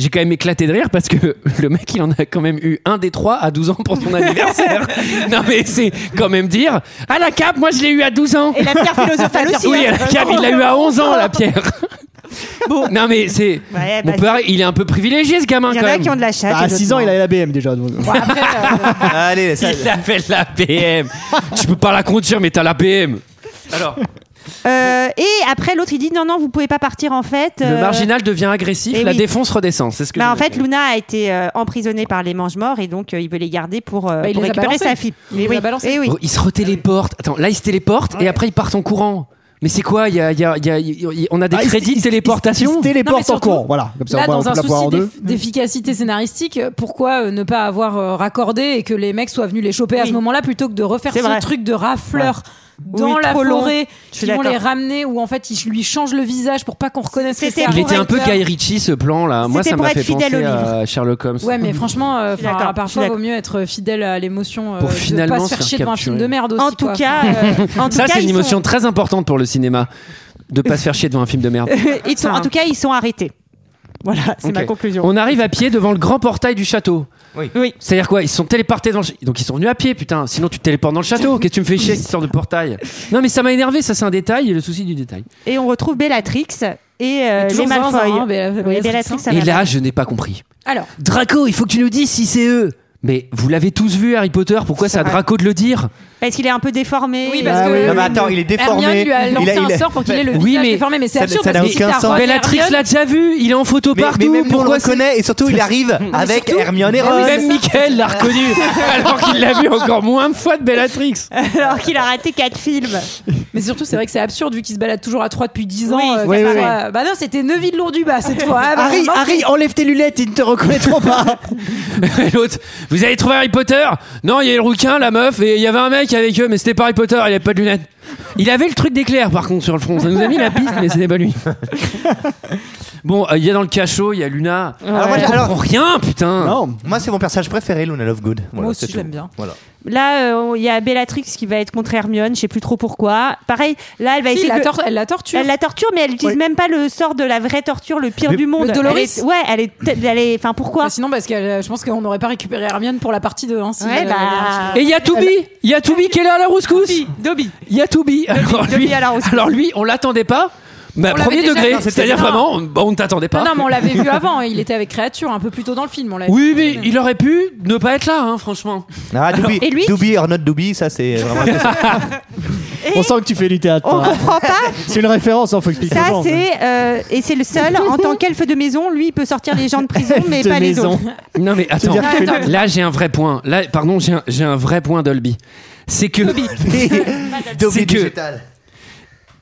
J'ai quand même éclaté de rire parce que le mec, il en a quand même eu un des trois à 12 ans pour son anniversaire. non, mais c'est quand même dire. À la cape, moi, je l'ai eu à 12 ans. Et la pierre philosophale aussi. Oui, hein. à la cape, il l'a eu à 11 ans, la pierre. Non, mais c'est. Ouais, mon bah, père, il est un peu privilégié, ce gamin, Il y en quand a même. qui ont de la chatte. Bah, et à d'autres 6 ans, non. il a la BM déjà. donc. Allez, ça, Il avait la BM. tu peux pas la conduire, mais t'as la BM. Alors, Euh, et après, l'autre, il dit non, non, vous pouvez pas partir en fait. le euh, marginal devient agressif, eh la oui. défense redescend. C'est ce que Bah, je en voulais fait, dire. Luna a été euh, emprisonnée par les mange-morts et donc euh, il veut les garder pour, euh, Bah, il pour les a récupérer balancés. sa fille. Il Mais les oui, a balancés. eh oui. Oh, Ils se retéléportent. Attends, là, ils se téléportent et après, ils partent en courant. Mais c'est quoi Il y a- il y a- il y a- il y a- On a des Ah, il- crédits il- de téléportation il se téléporte Non, mais en courant. Voilà, comme ça Là, on va- on dans un peut la voir souci en deux. d'eff- d'efficacité scénaristique, pourquoi euh, ne pas avoir euh, raccordé et que les mecs soient venus les choper à Oui. ce moment-là plutôt que de refaire C'est ce vrai. truc de rafleur dans Oui, la trop long. forêt Je suis qui vont d'accord. les ramener où en fait ils lui changent le visage pour pas qu'on reconnaisse que C'était c'est pour Il Harry était un peu Potter. Guy Ritchie, ce plan là. Moi, C'était ça pour m'a être fait fidèle penser au à Sherlock Holmes. Ouais, mais franchement, euh, Je suis enfin, d'accord, je suis parfois d'accord. vaut mieux être fidèle à l'émotion euh, Pour de finalement pas se se faire faire chier devant un film capturer. de merde aussi. En tout quoi. cas, euh, en tout Ça, cas, c'est une ils émotion sont- très importante pour le cinéma. De pas se faire chier devant un film de merde. ils sont- en tout cas, ils sont arrêtés. Voilà, c'est Ok. ma conclusion. On arrive à pied devant le grand portail du château. Oui. C'est-à-dire quoi Ils se sont téléportés dans le château. Donc ils sont venus à pied, putain. Sinon tu te téléportes dans le château. Qu'est-ce que tu me fais chier avec cette histoire de portail Non, mais ça m'a énervé. Ça, c'est un détail et le souci du détail. Et on retrouve Bellatrix et euh, Mais les toujours Malfoy. zinzin, hein, Bella- Oui, Bellatrix, Bellatrix, hein. ça et va là, pas. je n'ai pas compris. Alors, Draco, il faut que tu nous dises si c'est eux. Mais vous l'avez tous vu, Harry Potter. Pourquoi ça vrai. Draco de le dire Parce qu'il est un peu déformé. Oui, parce Ah que- oui, Non, mais attends, il est déformé. Hermione lui a lancé il un il sort pour qu'il ait le oui, visage mais déformé, mais c'est ça- absurde Ça n'a parce que aucun si t'as sens. Bellatrix l'a déjà vu, il est en photo Mais- partout. Mais même nous, on le pourquoi c'est- reconnaît et surtout il arrive Non, mais avec surtout- Hermione Mais et oui, Ron. Même Michael l'a reconnu, alors qu'il l'a vu encore moins de fois de Bellatrix. Alors qu'il a raté 4 films. Mais surtout, c'est vrai que c'est absurde vu qu'il se balade toujours à 3 depuis 10 ans. euh, Oui, oui, qu'à chaque oui. fois, Bah non, c'était Neuville Lourduba cette fois. Ah, bah, Harry, non, Harry, enlève tes lunettes, ils ne te reconnaîtront pas. Et L'autre, vous avez trouvé Harry Potter Non, il y a le rouquin, la meuf, et il y avait un mec avec eux, mais c'était pas Harry Potter, il avait pas de lunettes. Il avait le truc d'éclair par contre sur le front, ça nous a mis la piste, mais c'était pas lui. Bon, euh, il y a dans le cachot, il y a Luna. Alors, moi, j'ai- alors, alors- rien, putain. Moi, c'est mon personnage préféré, Luna Lovegood. Voilà, aussi, c'est je tout. l'aime bien. Voilà. Là, euh, il y a Bellatrix qui va être contre Hermione, je sais plus trop pourquoi. Pareil, là, elle va Si, essayer. la de- tor- elle la torture. Elle la torture, mais elle n'utilise même pas le sort de la vraie torture, le pire Le- du monde. Le Doloris. Elle est- Ouais, elle est. Elle est... Enfin, pourquoi Bah, Sinon, parce que euh, je pense qu'on n'aurait pas récupéré Hermione pour la partie 2. Hein, si Ouais, elle avait bah. un petit- Et il y a Toubi, il y a Toubi qui est là à la rouscousse. Dobby. Il y a Toubi. Alors, Dobby lui- à la rouscousse. alors lui, on l'attendait pas. Bah, On l'avait premier déjà- degré, Non, c'était- c'est-à-dire non. vraiment, on- on ne t'attendait pas. Non, non, mais on l'avait vu avant. hein, Il était avec Créature un peu plus tôt dans le film. On l'avait Oui, mais il aurait pu ne pas être là, hein, franchement. Ah, Doobie, Et lui Doobie or not Doobie, ça c'est vraiment. On sent que tu fais du théâtre. On toi. comprend pas. C'est une référence, il faut expliquer. Ça, aux gens. c'est. euh, Et c'est le seul, en tant qu'elfe de maison, lui, il peut sortir les gens de prison, mais De pas les maison. autres. Non mais attends, C'est-à-dire qu'il fait Attends. là j'ai un vrai point. Là, pardon, j'ai un, j'ai un vrai point Dolby. C'est que Dobby C'est que- digital.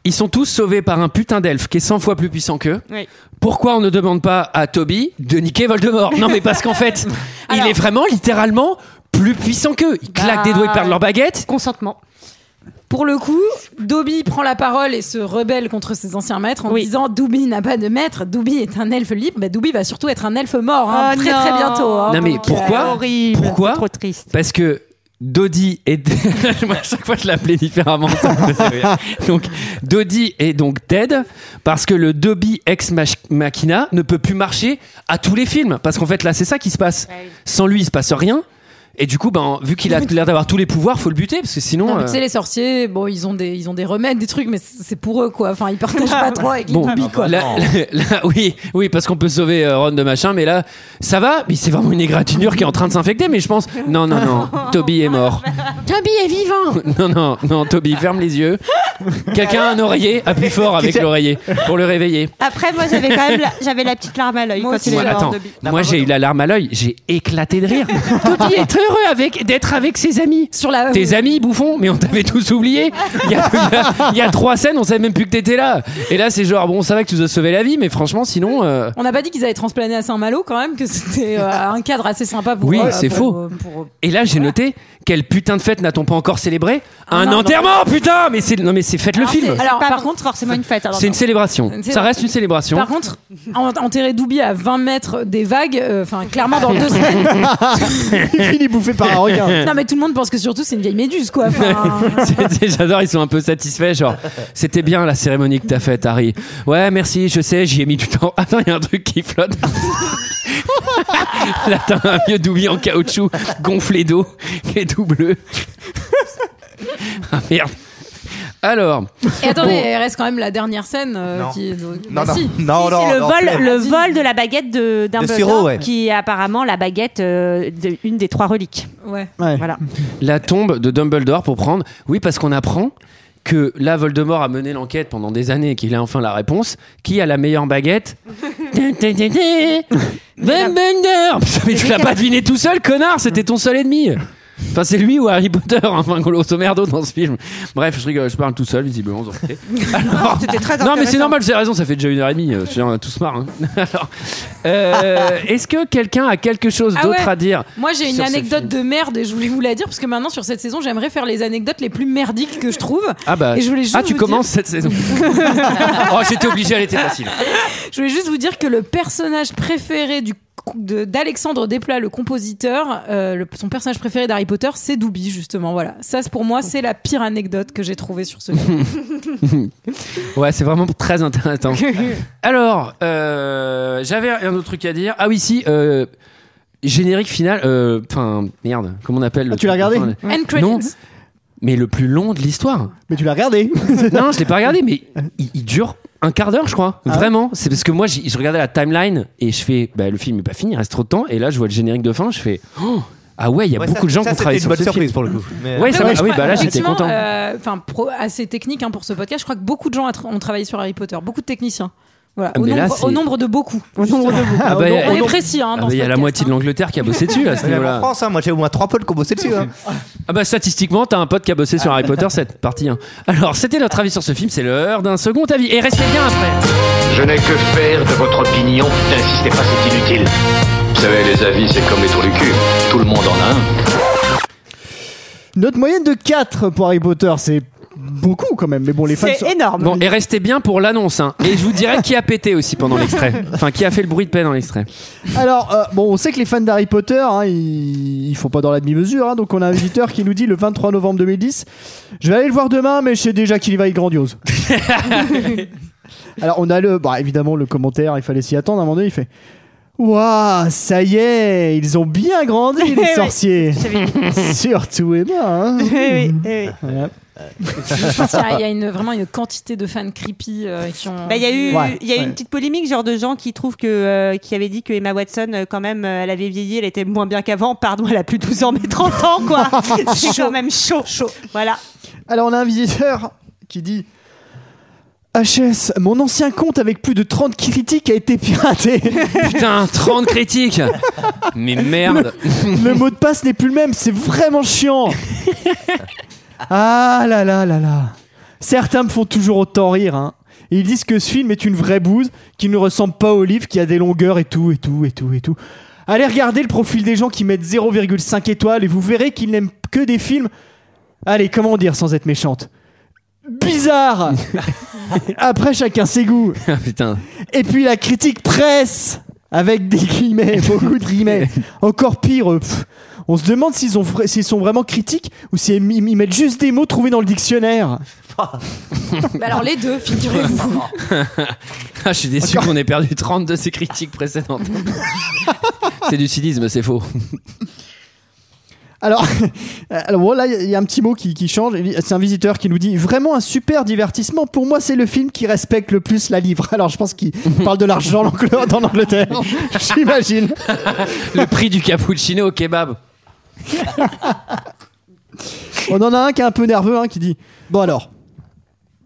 ils sont tous sauvés par un putain d'elfe qui est 100 fois plus puissant qu'eux. Oui. Pourquoi on ne demande pas à Toby de niquer Voldemort Non mais parce qu'en fait, il est vraiment littéralement plus puissant qu'eux. Ils Bah, claquent des doigts, ils perdent leur baguette. Consentement. Pour le coup, Dobby prend la parole et se rebelle contre ses anciens maîtres en Oui. disant Dobby n'a pas de maître, Dobby est un elfe libre, bah, Dobby va surtout être un elfe mort hein, Oh très non. très bientôt. hein. non mais Donc, pourquoi Horrible. Pourquoi C'est Trop triste. Parce que Dodi est. Moi, à chaque fois, je l'appelais différemment. ça me faisait rire. donc, Dodi est donc dead parce que le Dobby ex mach- machina ne peut plus marcher à tous les films. Parce qu'en fait, là, c'est ça qui se passe. Sans lui, il se passe rien. Et du coup, ben, vu qu'il a l'air d'avoir tous les pouvoirs, faut le buter parce que sinon. Non, mais tu euh, sais, les sorciers, bon, ils ont des, ils ont des remèdes, des trucs, mais c- c'est pour eux, quoi. Enfin, ils partagent Ah, pas trop avec les Bon, ah, Dobby, quoi. là- là- là, oui, oui, parce qu'on peut sauver euh, Ron de machin, mais là, ça va. Mais c'est vraiment une égratignure qui est en train de s'infecter. Mais je pense, non, non, non, Toby est mort. Toby est vivant Non, non, non, Toby, ferme les yeux. Quelqu'un a un oreiller, appuie fort avec l'oreiller pour le réveiller. Après, moi, j'avais quand même la... j'avais la petite larme à l'œil Moi quand aussi, il est Moi, mort, attends, Dobby. moi j'ai eu la larme à l'œil, j'ai éclaté de rire. Toby est heureux avec d'être avec ses amis. Sur la. euh, Tes amis, bouffon, mais on t'avait tous oublié. Il y, a, il y a- il y a trois scènes, on savait même plus que t'étais là. Et là, c'est genre, bon, ça va que tu nous as sauvé la vie, mais franchement, sinon. euh, On n'a pas dit qu'ils avaient transplané à Saint-Malo quand même, que c'était euh, un cadre assez sympa pour Oui, euh, c'est pour- faux. pour- pour- Et là, j'ai noté, quelle putain de fête n'a-t-on pas encore célébré Ah Un non, non. enterrement, putain Mais c'est, non, mais c'est faites le Alors, film. c'est- Ah, Alors, pas par contre, forcément une fête. alors. C'est une célébration. C'est- Ça reste une célébration. Par contre, en- enterrer Doubi à 20 mètres des vagues, euh, enfin, clairement dans deux semaines. Il finit bouffé par un requin. Non, mais tout le monde pense que surtout c'est une vieille méduse, quoi. Enfin, C'est- c'est- J'adore, ils sont un peu satisfaits. Genre, c'était bien la cérémonie que t'as faite, Harry. Ouais, merci, je sais, j'y ai mis du temps. Attends, il y a un truc qui flotte. Là, t'as un vieux douillet en caoutchouc gonflé d'eau qui est tout bleu. Ah merde. Alors, Et attendez, Bon. il reste quand même la dernière scène euh, Non. qui est. donc- Non, Bah non, si. non, non, C'est le non, vol, non. le vol de la baguette de d'un De Dumbledore, Sirop, ouais. qui est apparemment la baguette euh, de- une des trois reliques. Ouais. Ouais. Voilà. la tombe de Dumbledore pour prendre. Oui, parce qu'on apprend que là, Voldemort a mené l'enquête pendant des années et qu'il a enfin la réponse. Qui a la meilleure baguette Tin, tin, tin, tin. Ben Bender Putain, Mais tu l'as pas deviné tout seul, connard C'était ton seul ennemi Enfin, c'est lui ou Harry Potter, hein, enfin, grosso merdo dans ce film. Bref, je rigole, je parle tout seul, visiblement, vous en foutez. Alors- Non, mais c'est normal, j'ai raison, ça fait déjà une heure et demie, euh, je veux dire, on a tous marre. hein. Alors, euh, est-ce que quelqu'un a quelque chose Ah d'autre ouais. à dire Moi, j'ai une Sur ce anecdote film. de merde et je voulais vous la dire parce que maintenant, sur cette saison, j'aimerais faire les anecdotes les plus merdiques que je trouve. Ah bah, Et je voulais juste ah, tu vous commences cette saison. oh, j'étais obligé, elle était facile. Je voulais juste vous dire que le personnage préféré du de- d'Alexandre Desplat, le compositeur, euh, le- son personnage préféré d'Harry Potter, c'est Doubi justement. Voilà, ça c'est- pour moi c'est la pire anecdote que j'ai trouvée sur ce film. Ouais, c'est vraiment très intéressant. Alors, euh, j'avais un autre truc à dire. Ah oui, si, euh, générique final. euh, Enfin, merde, comment on appelle le Ah, tu l'as truc regardé de fin, End là Non, credits. mais le plus long de l'histoire. Mais tu l'as regardé. non, je l'ai pas regardé, mais il, il dure un quart d'heure, je crois. Ah Vraiment. C'est parce que moi, j'y- je regardais la timeline et je fais, bah, le film est pas fini, il reste trop de temps. Et là, je vois le générique de fin, je fais, oh, Ah ouais, il y a Ouais, beaucoup ça- de gens qui ça, ont travaillé sur c'était ce une bonne film. surprise pour le coup. Mais- euh, Ouais, ça Non, va. mais Ah oui, bah là j'étais Effectivement, content. euh, Enfin, pro- assez technique hein, pour ce podcast. Je crois que beaucoup de gens a tra- ont travaillé sur Harry Potter, beaucoup de techniciens. Voilà, Ah, au, mais nombre, là, c'est- au nombre de beaucoup. Ah bah, on y a- est précis. hein, Ah dans bah, ce Il y a la podcast. moitié de l'Angleterre qui a bossé dessus à ce Même en niveau-là. France, hein, moi j'ai au moins trois potes qui ont bossé dessus. hein. Ah bah statistiquement, t'as un pote qui a bossé sur Harry Potter cette partie 1. Alors c'était notre avis sur ce film, c'est l'heure d'un second avis. Et restez bien après. Je n'ai que faire de votre opinion. N'insistez pas, c'est inutile. Vous savez, les avis, c'est comme les trous du cul. Tout le monde en a un. Notre moyenne de 4 pour Harry Potter, c'est beaucoup quand même. Mais bon, les fans. sont- Bon, et restez bien pour l'annonce. hein. Et je vous dirai qui a pété aussi pendant l'extrait. Enfin, qui a fait le bruit de paix dans l'extrait. Alors, euh, bon, on sait que les fans d'Harry Potter, hein, ils, ils font pas dans la demi-mesure. hein. donc, on a un visiteur qui nous dit le 23 novembre 2010 Je vais aller le voir demain, mais je sais déjà qu'il va être grandiose. Alors, on a le. Bah, évidemment, le commentaire, il fallait s'y attendre. À un moment donné, il fait Waouh, ça y est, ils ont bien grandi, les Oui, sorciers. j'avais dit. Surtout Emma. hein. Oui, oui, oui. Voilà. Je pense qu'il y a- il y a une- vraiment une quantité de fans creepy euh, qui ont. Bah, Il y a eu, Ouais, il y a eu ouais. une petite polémique, genre de gens qui trouvent que, euh, qui avaient dit que Emma Watson, euh, quand même, euh, elle avait vieilli, elle était moins bien qu'avant. Pardon, elle a plus 12 ans, mais 30 ans, quoi. C'est quand même chaud. Chaud. Voilà. Alors on a un visiteur qui dit HS, mon ancien compte avec plus de 30 critiques a été piraté. Putain, 30 critiques Mais merde le mot de passe n'est plus le même, c'est vraiment chiant. ah là là là là. Certains me font toujours autant rire. hein. Ils disent que ce film est une vraie bouse, qu'il ne ressemble pas au livre, qu'il y a des longueurs et tout, et tout, et tout, et tout. Allez regarder le profil des gens qui mettent 0,5 étoiles et vous verrez qu'ils n'aiment que des films. Allez, comment dire sans être méchante Bizarre Après, chacun ses goûts. Ah, Putain. Et puis la critique presse avec des guillemets, beaucoup de guillemets. Encore pire, euh, pff, on se demande s'ils ont vra- s'ils sont vraiment critiques ou s'ils ils mettent juste des mots trouvés dans le dictionnaire. Bah alors les deux, figurez-vous. Ah, je suis déçu qu'on ait perdu 30 de ces critiques précédentes. c'est du cynisme, c'est faux. Alors, alors voilà, il y a un petit mot qui, qui change. Il dit- C'est un visiteur qui nous dit vraiment un super divertissement. Pour moi, c'est le film qui respecte le plus la livre. Alors, je pense qu'il parle de l'argent en Angl- dans l'Angleterre. J'imagine. le prix du cappuccino au kebab. On en a un qui est un peu nerveux, hein, qui dit Bon alors,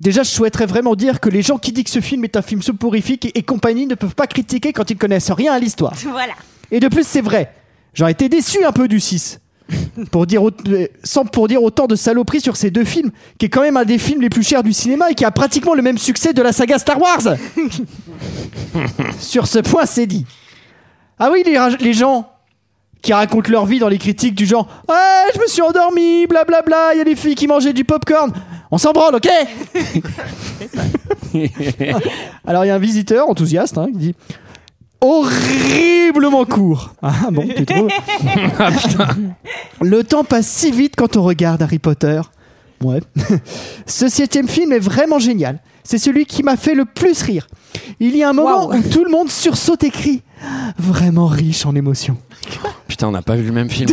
déjà je souhaiterais vraiment dire que les gens qui disent que ce film est un film soporifique et, et compagnie ne peuvent pas critiquer quand ils connaissent rien à l'histoire. Voilà. Et de plus, c'est vrai, j'en ai été déçu un peu du 6. Pour dire aut- euh, sans pour dire autant de saloperies sur ces deux films, qui est quand même un des films les plus chers du cinéma et qui a pratiquement le même succès de la saga Star Wars. sur ce point, c'est dit. Ah oui, les, raj- les gens qui racontent leur vie dans les critiques du genre Ouais, je me suis endormi, blablabla, il y a des filles qui mangeaient du popcorn. On s'en branle, ok Alors il y a un visiteur enthousiaste hein, qui dit Horriblement court. Ah bon, tu trouves Ah, putain. le temps passe si vite quand on regarde Harry Potter. Ouais. Ce septième film est vraiment génial. C'est celui qui m'a fait le plus rire. Il y a un moment où tout le monde sursaute et crie. Vraiment riche en émotions. Putain, on n'a pas vu le même film.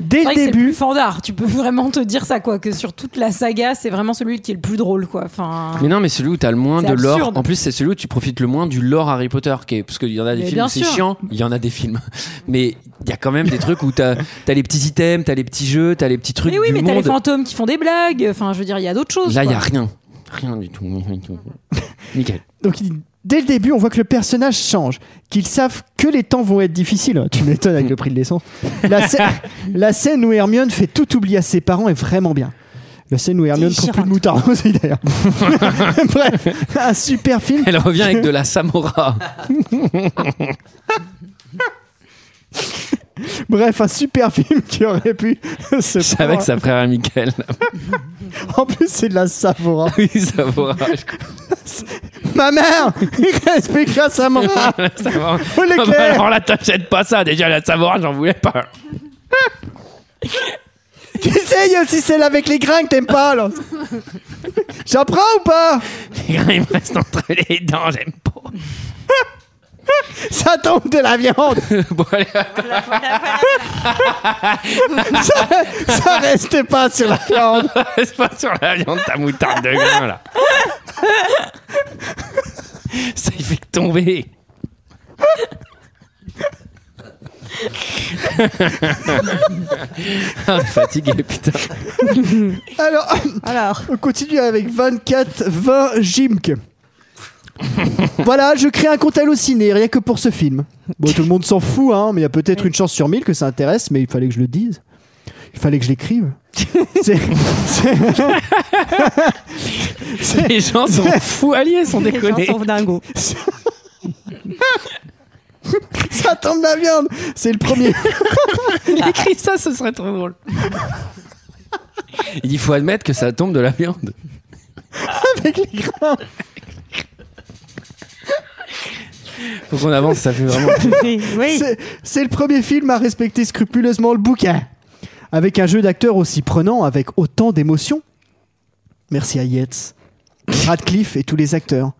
Dès le début, Fandard, tu peux vraiment te dire ça quoi que sur toute la saga, c'est vraiment celui qui est le plus drôle quoi. Enfin. Mais non, mais celui où t'as le moins Hein. C'est de lore. absurde. En plus, c'est celui où tu profites le moins du lore Harry Potter. Qui est- parce qu'il y en a des Mais films, bien c'est sûr. chiant. Il y en a des films. Mais il y a quand même des trucs où t'as as les petits items, t'as les petits jeux, t'as les petits trucs. Mais Eh oui, du mais t'as les monde. fantômes qui font des blagues. Enfin, je veux dire, il y a d'autres choses. Là, il quoi. n'y a rien. Rien du tout. Rien du tout. Nickel. Donc il- dès le début, on voit que le personnage change, qu'ils savent que les temps vont être difficiles. Tu m'étonnes avec le prix de l'essence. La, scè- la scène où Hermione fait tout oublier à ses parents est vraiment bien. La scène où Hermione trouve plus de moutarde aussi d'ailleurs. Bref, un super film. Elle revient avec de la Samora. Bref, un super film qui aurait pu se C'est avec sa frère à Michael. En plus, c'est de la Savora. Oui, Samora. je crois. Ma mère Respecte la Samora La Samora. Oh, Ah bah l'éclair alors là, t'achètes pas ça. Déjà, la Samora, j'en voulais pas. Tu sais, il y a aussi celle avec les grains que t'aimes pas, là J'en prends ou pas Il me reste entre les dents, j'aime pas. Ça tombe de la viande Bon, allez. ça, ça reste pas sur la viande C'est pas sur la viande ta moutarde de grain là. Ça il fait que tomber. Ah, fatigué, putain. Alors, on continue avec 24 20 Jimk. voilà, je crée un compte Allociné, rien que pour ce film. Bon, tout le monde s'en fout, hein, mais il y a peut-être une chance sur mille que ça intéresse, mais il fallait que je le dise. Il fallait que je l'écrive. C'est- c'est- Les gens sont fous alliés, sont Les déconnés. gens sont dingos. ça tombe la viande C'est le premier. Il écrit ça, ce serait trop drôle. Il faut admettre que ça tombe de la viande. Avec les grains. Faut qu'on avance, ça fait vraiment. C'est- C'est le premier film à respecter scrupuleusement le bouquin. Avec un jeu d'acteur aussi prenant, avec autant d'émotion. Merci à Yates, Radcliffe et tous les acteurs.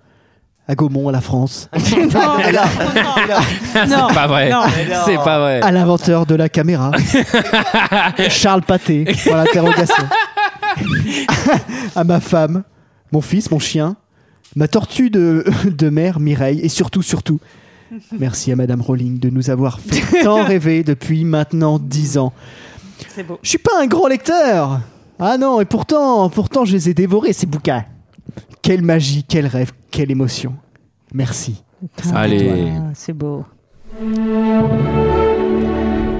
À Gaumont, à la France. C'est pas vrai. Non. C'est pas vrai. Eh. À l'inventeur de la caméra. Charles Pathé, pour l'interrogation. à ma femme, mon fils, mon chien, ma tortue de, de mer, Mireille, et surtout, surtout, merci à Madame Rowling de nous avoir fait tant rêver depuis maintenant dix ans. C'est beau. Je suis pas un grand lecteur Ah non, et pourtant, pourtant, je les ai dévorés, ces bouquins. Quelle magie, quel rêve, quelle émotion. Merci. Allez. C'est beau.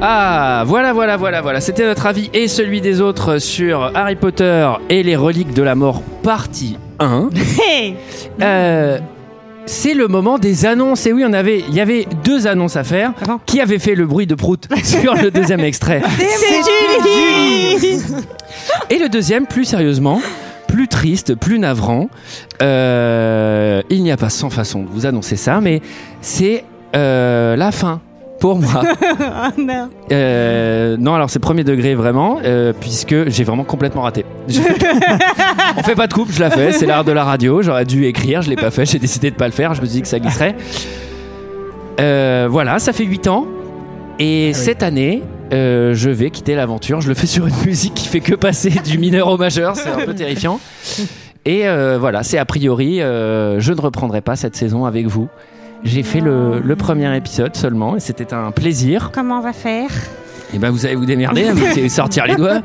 Ah, voilà, voilà, voilà, voilà. C'était notre avis et celui des autres sur Harry Potter et les reliques de la mort, partie 1. Hey Euh, c'est le moment des annonces. Et oui, on avait, il y avait deux annonces à faire. Qui avait fait le bruit de prout sur le deuxième extrait C'est Julie Et le deuxième, plus sérieusement, plus triste, plus navrant, euh, il n'y a pas 100 façons de vous annoncer ça, mais c'est euh, la fin pour moi. Ah merde. Euh, non, alors c'est premier degré vraiment, euh, puisque j'ai vraiment complètement raté. Je- On fait pas de coupe, je la fais, c'est l'art de la radio. J'aurais dû écrire, je l'ai pas fait, j'ai décidé de pas le faire, je me suis dit que ça glisserait. Euh, voilà, ça fait 8 ans, et cette année, euh, je vais quitter l'aventure. Je le fais sur une musique qui fait que passer du mineur au majeur, c'est un peu terrifiant. Et euh, voilà, c'est a priori, euh, je ne reprendrai pas cette saison avec vous. J'ai fait le, le premier épisode seulement, et c'était un plaisir. Comment on va faire Et ben vous allez vous démerder, hein, vous allez sortir les doigts.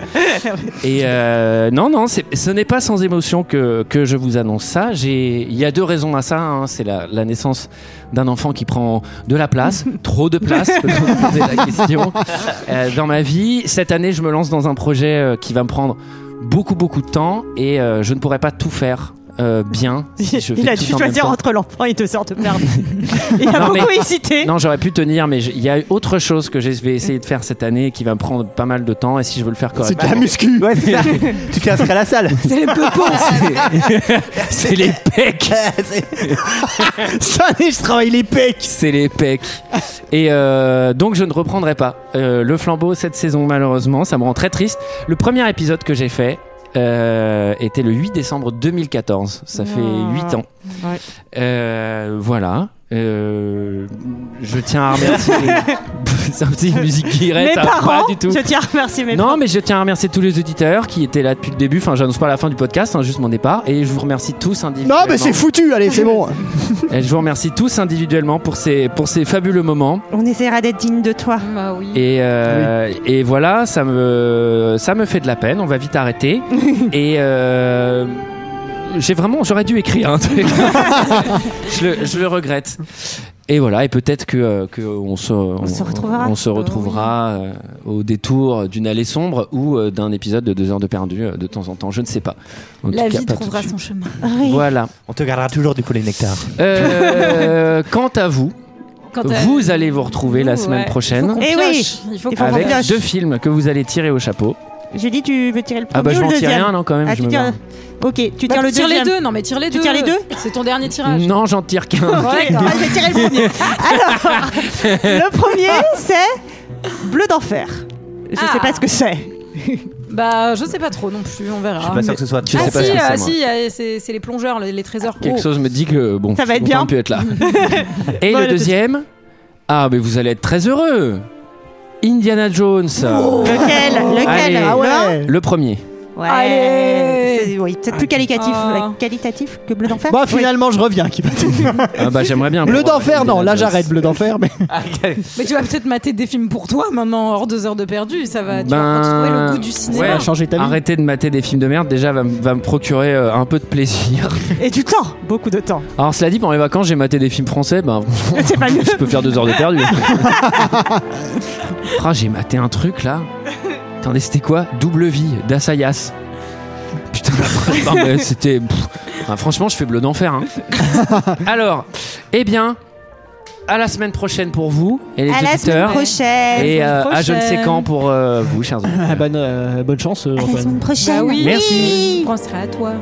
Et euh, non, non, c'est- ce n'est pas sans émotion que, que je vous annonce ça. J'ai- Il y a deux raisons à ça. hein. C'est la, la naissance d'un enfant qui prend de la place, trop de place, peut-on se poser la question, euh, dans ma vie. Cette année, je me lance dans un projet euh, qui va me prendre beaucoup, beaucoup de temps et euh, je ne pourrai pas tout faire. euh, bien, si je Il fais a tout dû en même choisir temps. entre l'enfant et deux heures de merde. Il a Non, beaucoup mais- hésité. Non, j'aurais pu tenir, mais je- il y a autre chose que je vais essayer de faire cette année qui va me prendre pas mal de temps. Et si je veux le faire correctement, muscu Ouais, c'est ça. Tu t'inscris à la salle C'est les peupons. c'est les pecs. Ça, je travaille les pecs. C'est les pecs. Et euh, donc, je ne reprendrai pas euh, le flambeau cette saison, malheureusement. Ça me rend très triste. Le premier épisode que j'ai fait euh, était le 8 décembre 2014. Ça fait Non. 8 ans. Ah. Ouais. Euh, voilà. Euh, je tiens à remercier. C'est un petit musique guirette, Mes ça, parents, pas du tout. je tiens à remercier mes Non, mais je tiens à remercier tous les auditeurs qui étaient là depuis le début. Enfin, j'annonce pas la fin du podcast, hein, juste mon départ. Et je vous remercie tous individuellement. Non, mais c'est foutu, allez, c'est bon. Et je vous remercie tous individuellement pour ces, pour ces fabuleux moments. On essaiera d'être digne de toi. Bah Et, euh, et voilà, ça me, ça me fait de la peine. On va vite arrêter. et euh, j'ai vraiment, j'aurais dû écrire un truc. je, le, je le regrette. Et voilà, et peut-être que, euh, que on se, on, se retrouvera. on se retrouvera, euh, au détour d'une allée sombre ou euh, d'un épisode de deux heures de perdu euh, de temps en temps. Je ne sais pas. En La tout cas, vie pas tout de trouvera suite. son chemin. Voilà. On te gardera toujours du poulet nectar. Euh, quant à vous, Quant à vous allez vous retrouver la nous, semaine ouais. prochaine Il faut qu'on Eh pioche. oui. Il faut Il qu'on faut avec qu'on pioche. deux films que vous allez tirer au chapeau. J'ai dit, tu veux tirer le premier Ah bah, je ou vais le en tirer deuxième un, non, quand même, Ah, je tu me tires- barre. Ok, tu tires le Tire deuxième. les deux, non mais tire les Tu deux. tires les deux C'est ton dernier tirage. Non, j'en tire qu'un. Ok, Ouais. ah, je vais tirer le premier. Alors, le premier, c'est Bleu d'enfer. Je sais pas ce que c'est. Ah. Bah je sais pas trop non plus, on verra. Je suis pas sûr que ce soit- Je ah sais si, pas ce que ah, c'est, moi. si, ah, c'est c'est les plongeurs, les, les trésors. Quelque Oh. chose me dit que bon, Ça va je être suis content bien. de plus être là. Et le deuxième, ah mais vous allez être très heureux. Indiana Jones. Oh. Lequel Lequel Ah Allez, Le un Le premier. Ouais. euh, oui, peut-être plus qualitatif, Ah. euh, qualitatif que Bleu d'enfer. Bah finalement je reviens. Qui Ah bah j'aimerais bien. Bleu d'enfer, non, là j'arrête Bleu d'enfer, mais Mais tu vas peut-être mater des films pour toi maintenant, hors deux heures de perdu. Ça va. Tu vas retrouver Ben, le goût du cinéma. ouais, Arrêter de mater des films de merde, déjà va, m- va me procurer euh, un peu de plaisir. Et du temps, beaucoup de temps. Alors cela dit, pendant les vacances, j'ai maté des films français, ben C'est pas mieux. je peux faire deux heures de perdu. Ah, j'ai maté un truc là. Attendez, c'était quoi Double vie d'Assayas. Putain, la barbe, euh, c'était. pff. Ah, franchement, je fais bleu d'enfer. hein. Alors, eh bien, à la semaine prochaine pour vous et les À la semaine auditeurs. prochaine. Et euh, Prochaine. à je ne sais quand pour euh, vous, chers auditeurs. Ah, Ah, bonne, bonne chance, À la semaine prochaine. Bah oui. Merci. On pensera à toi.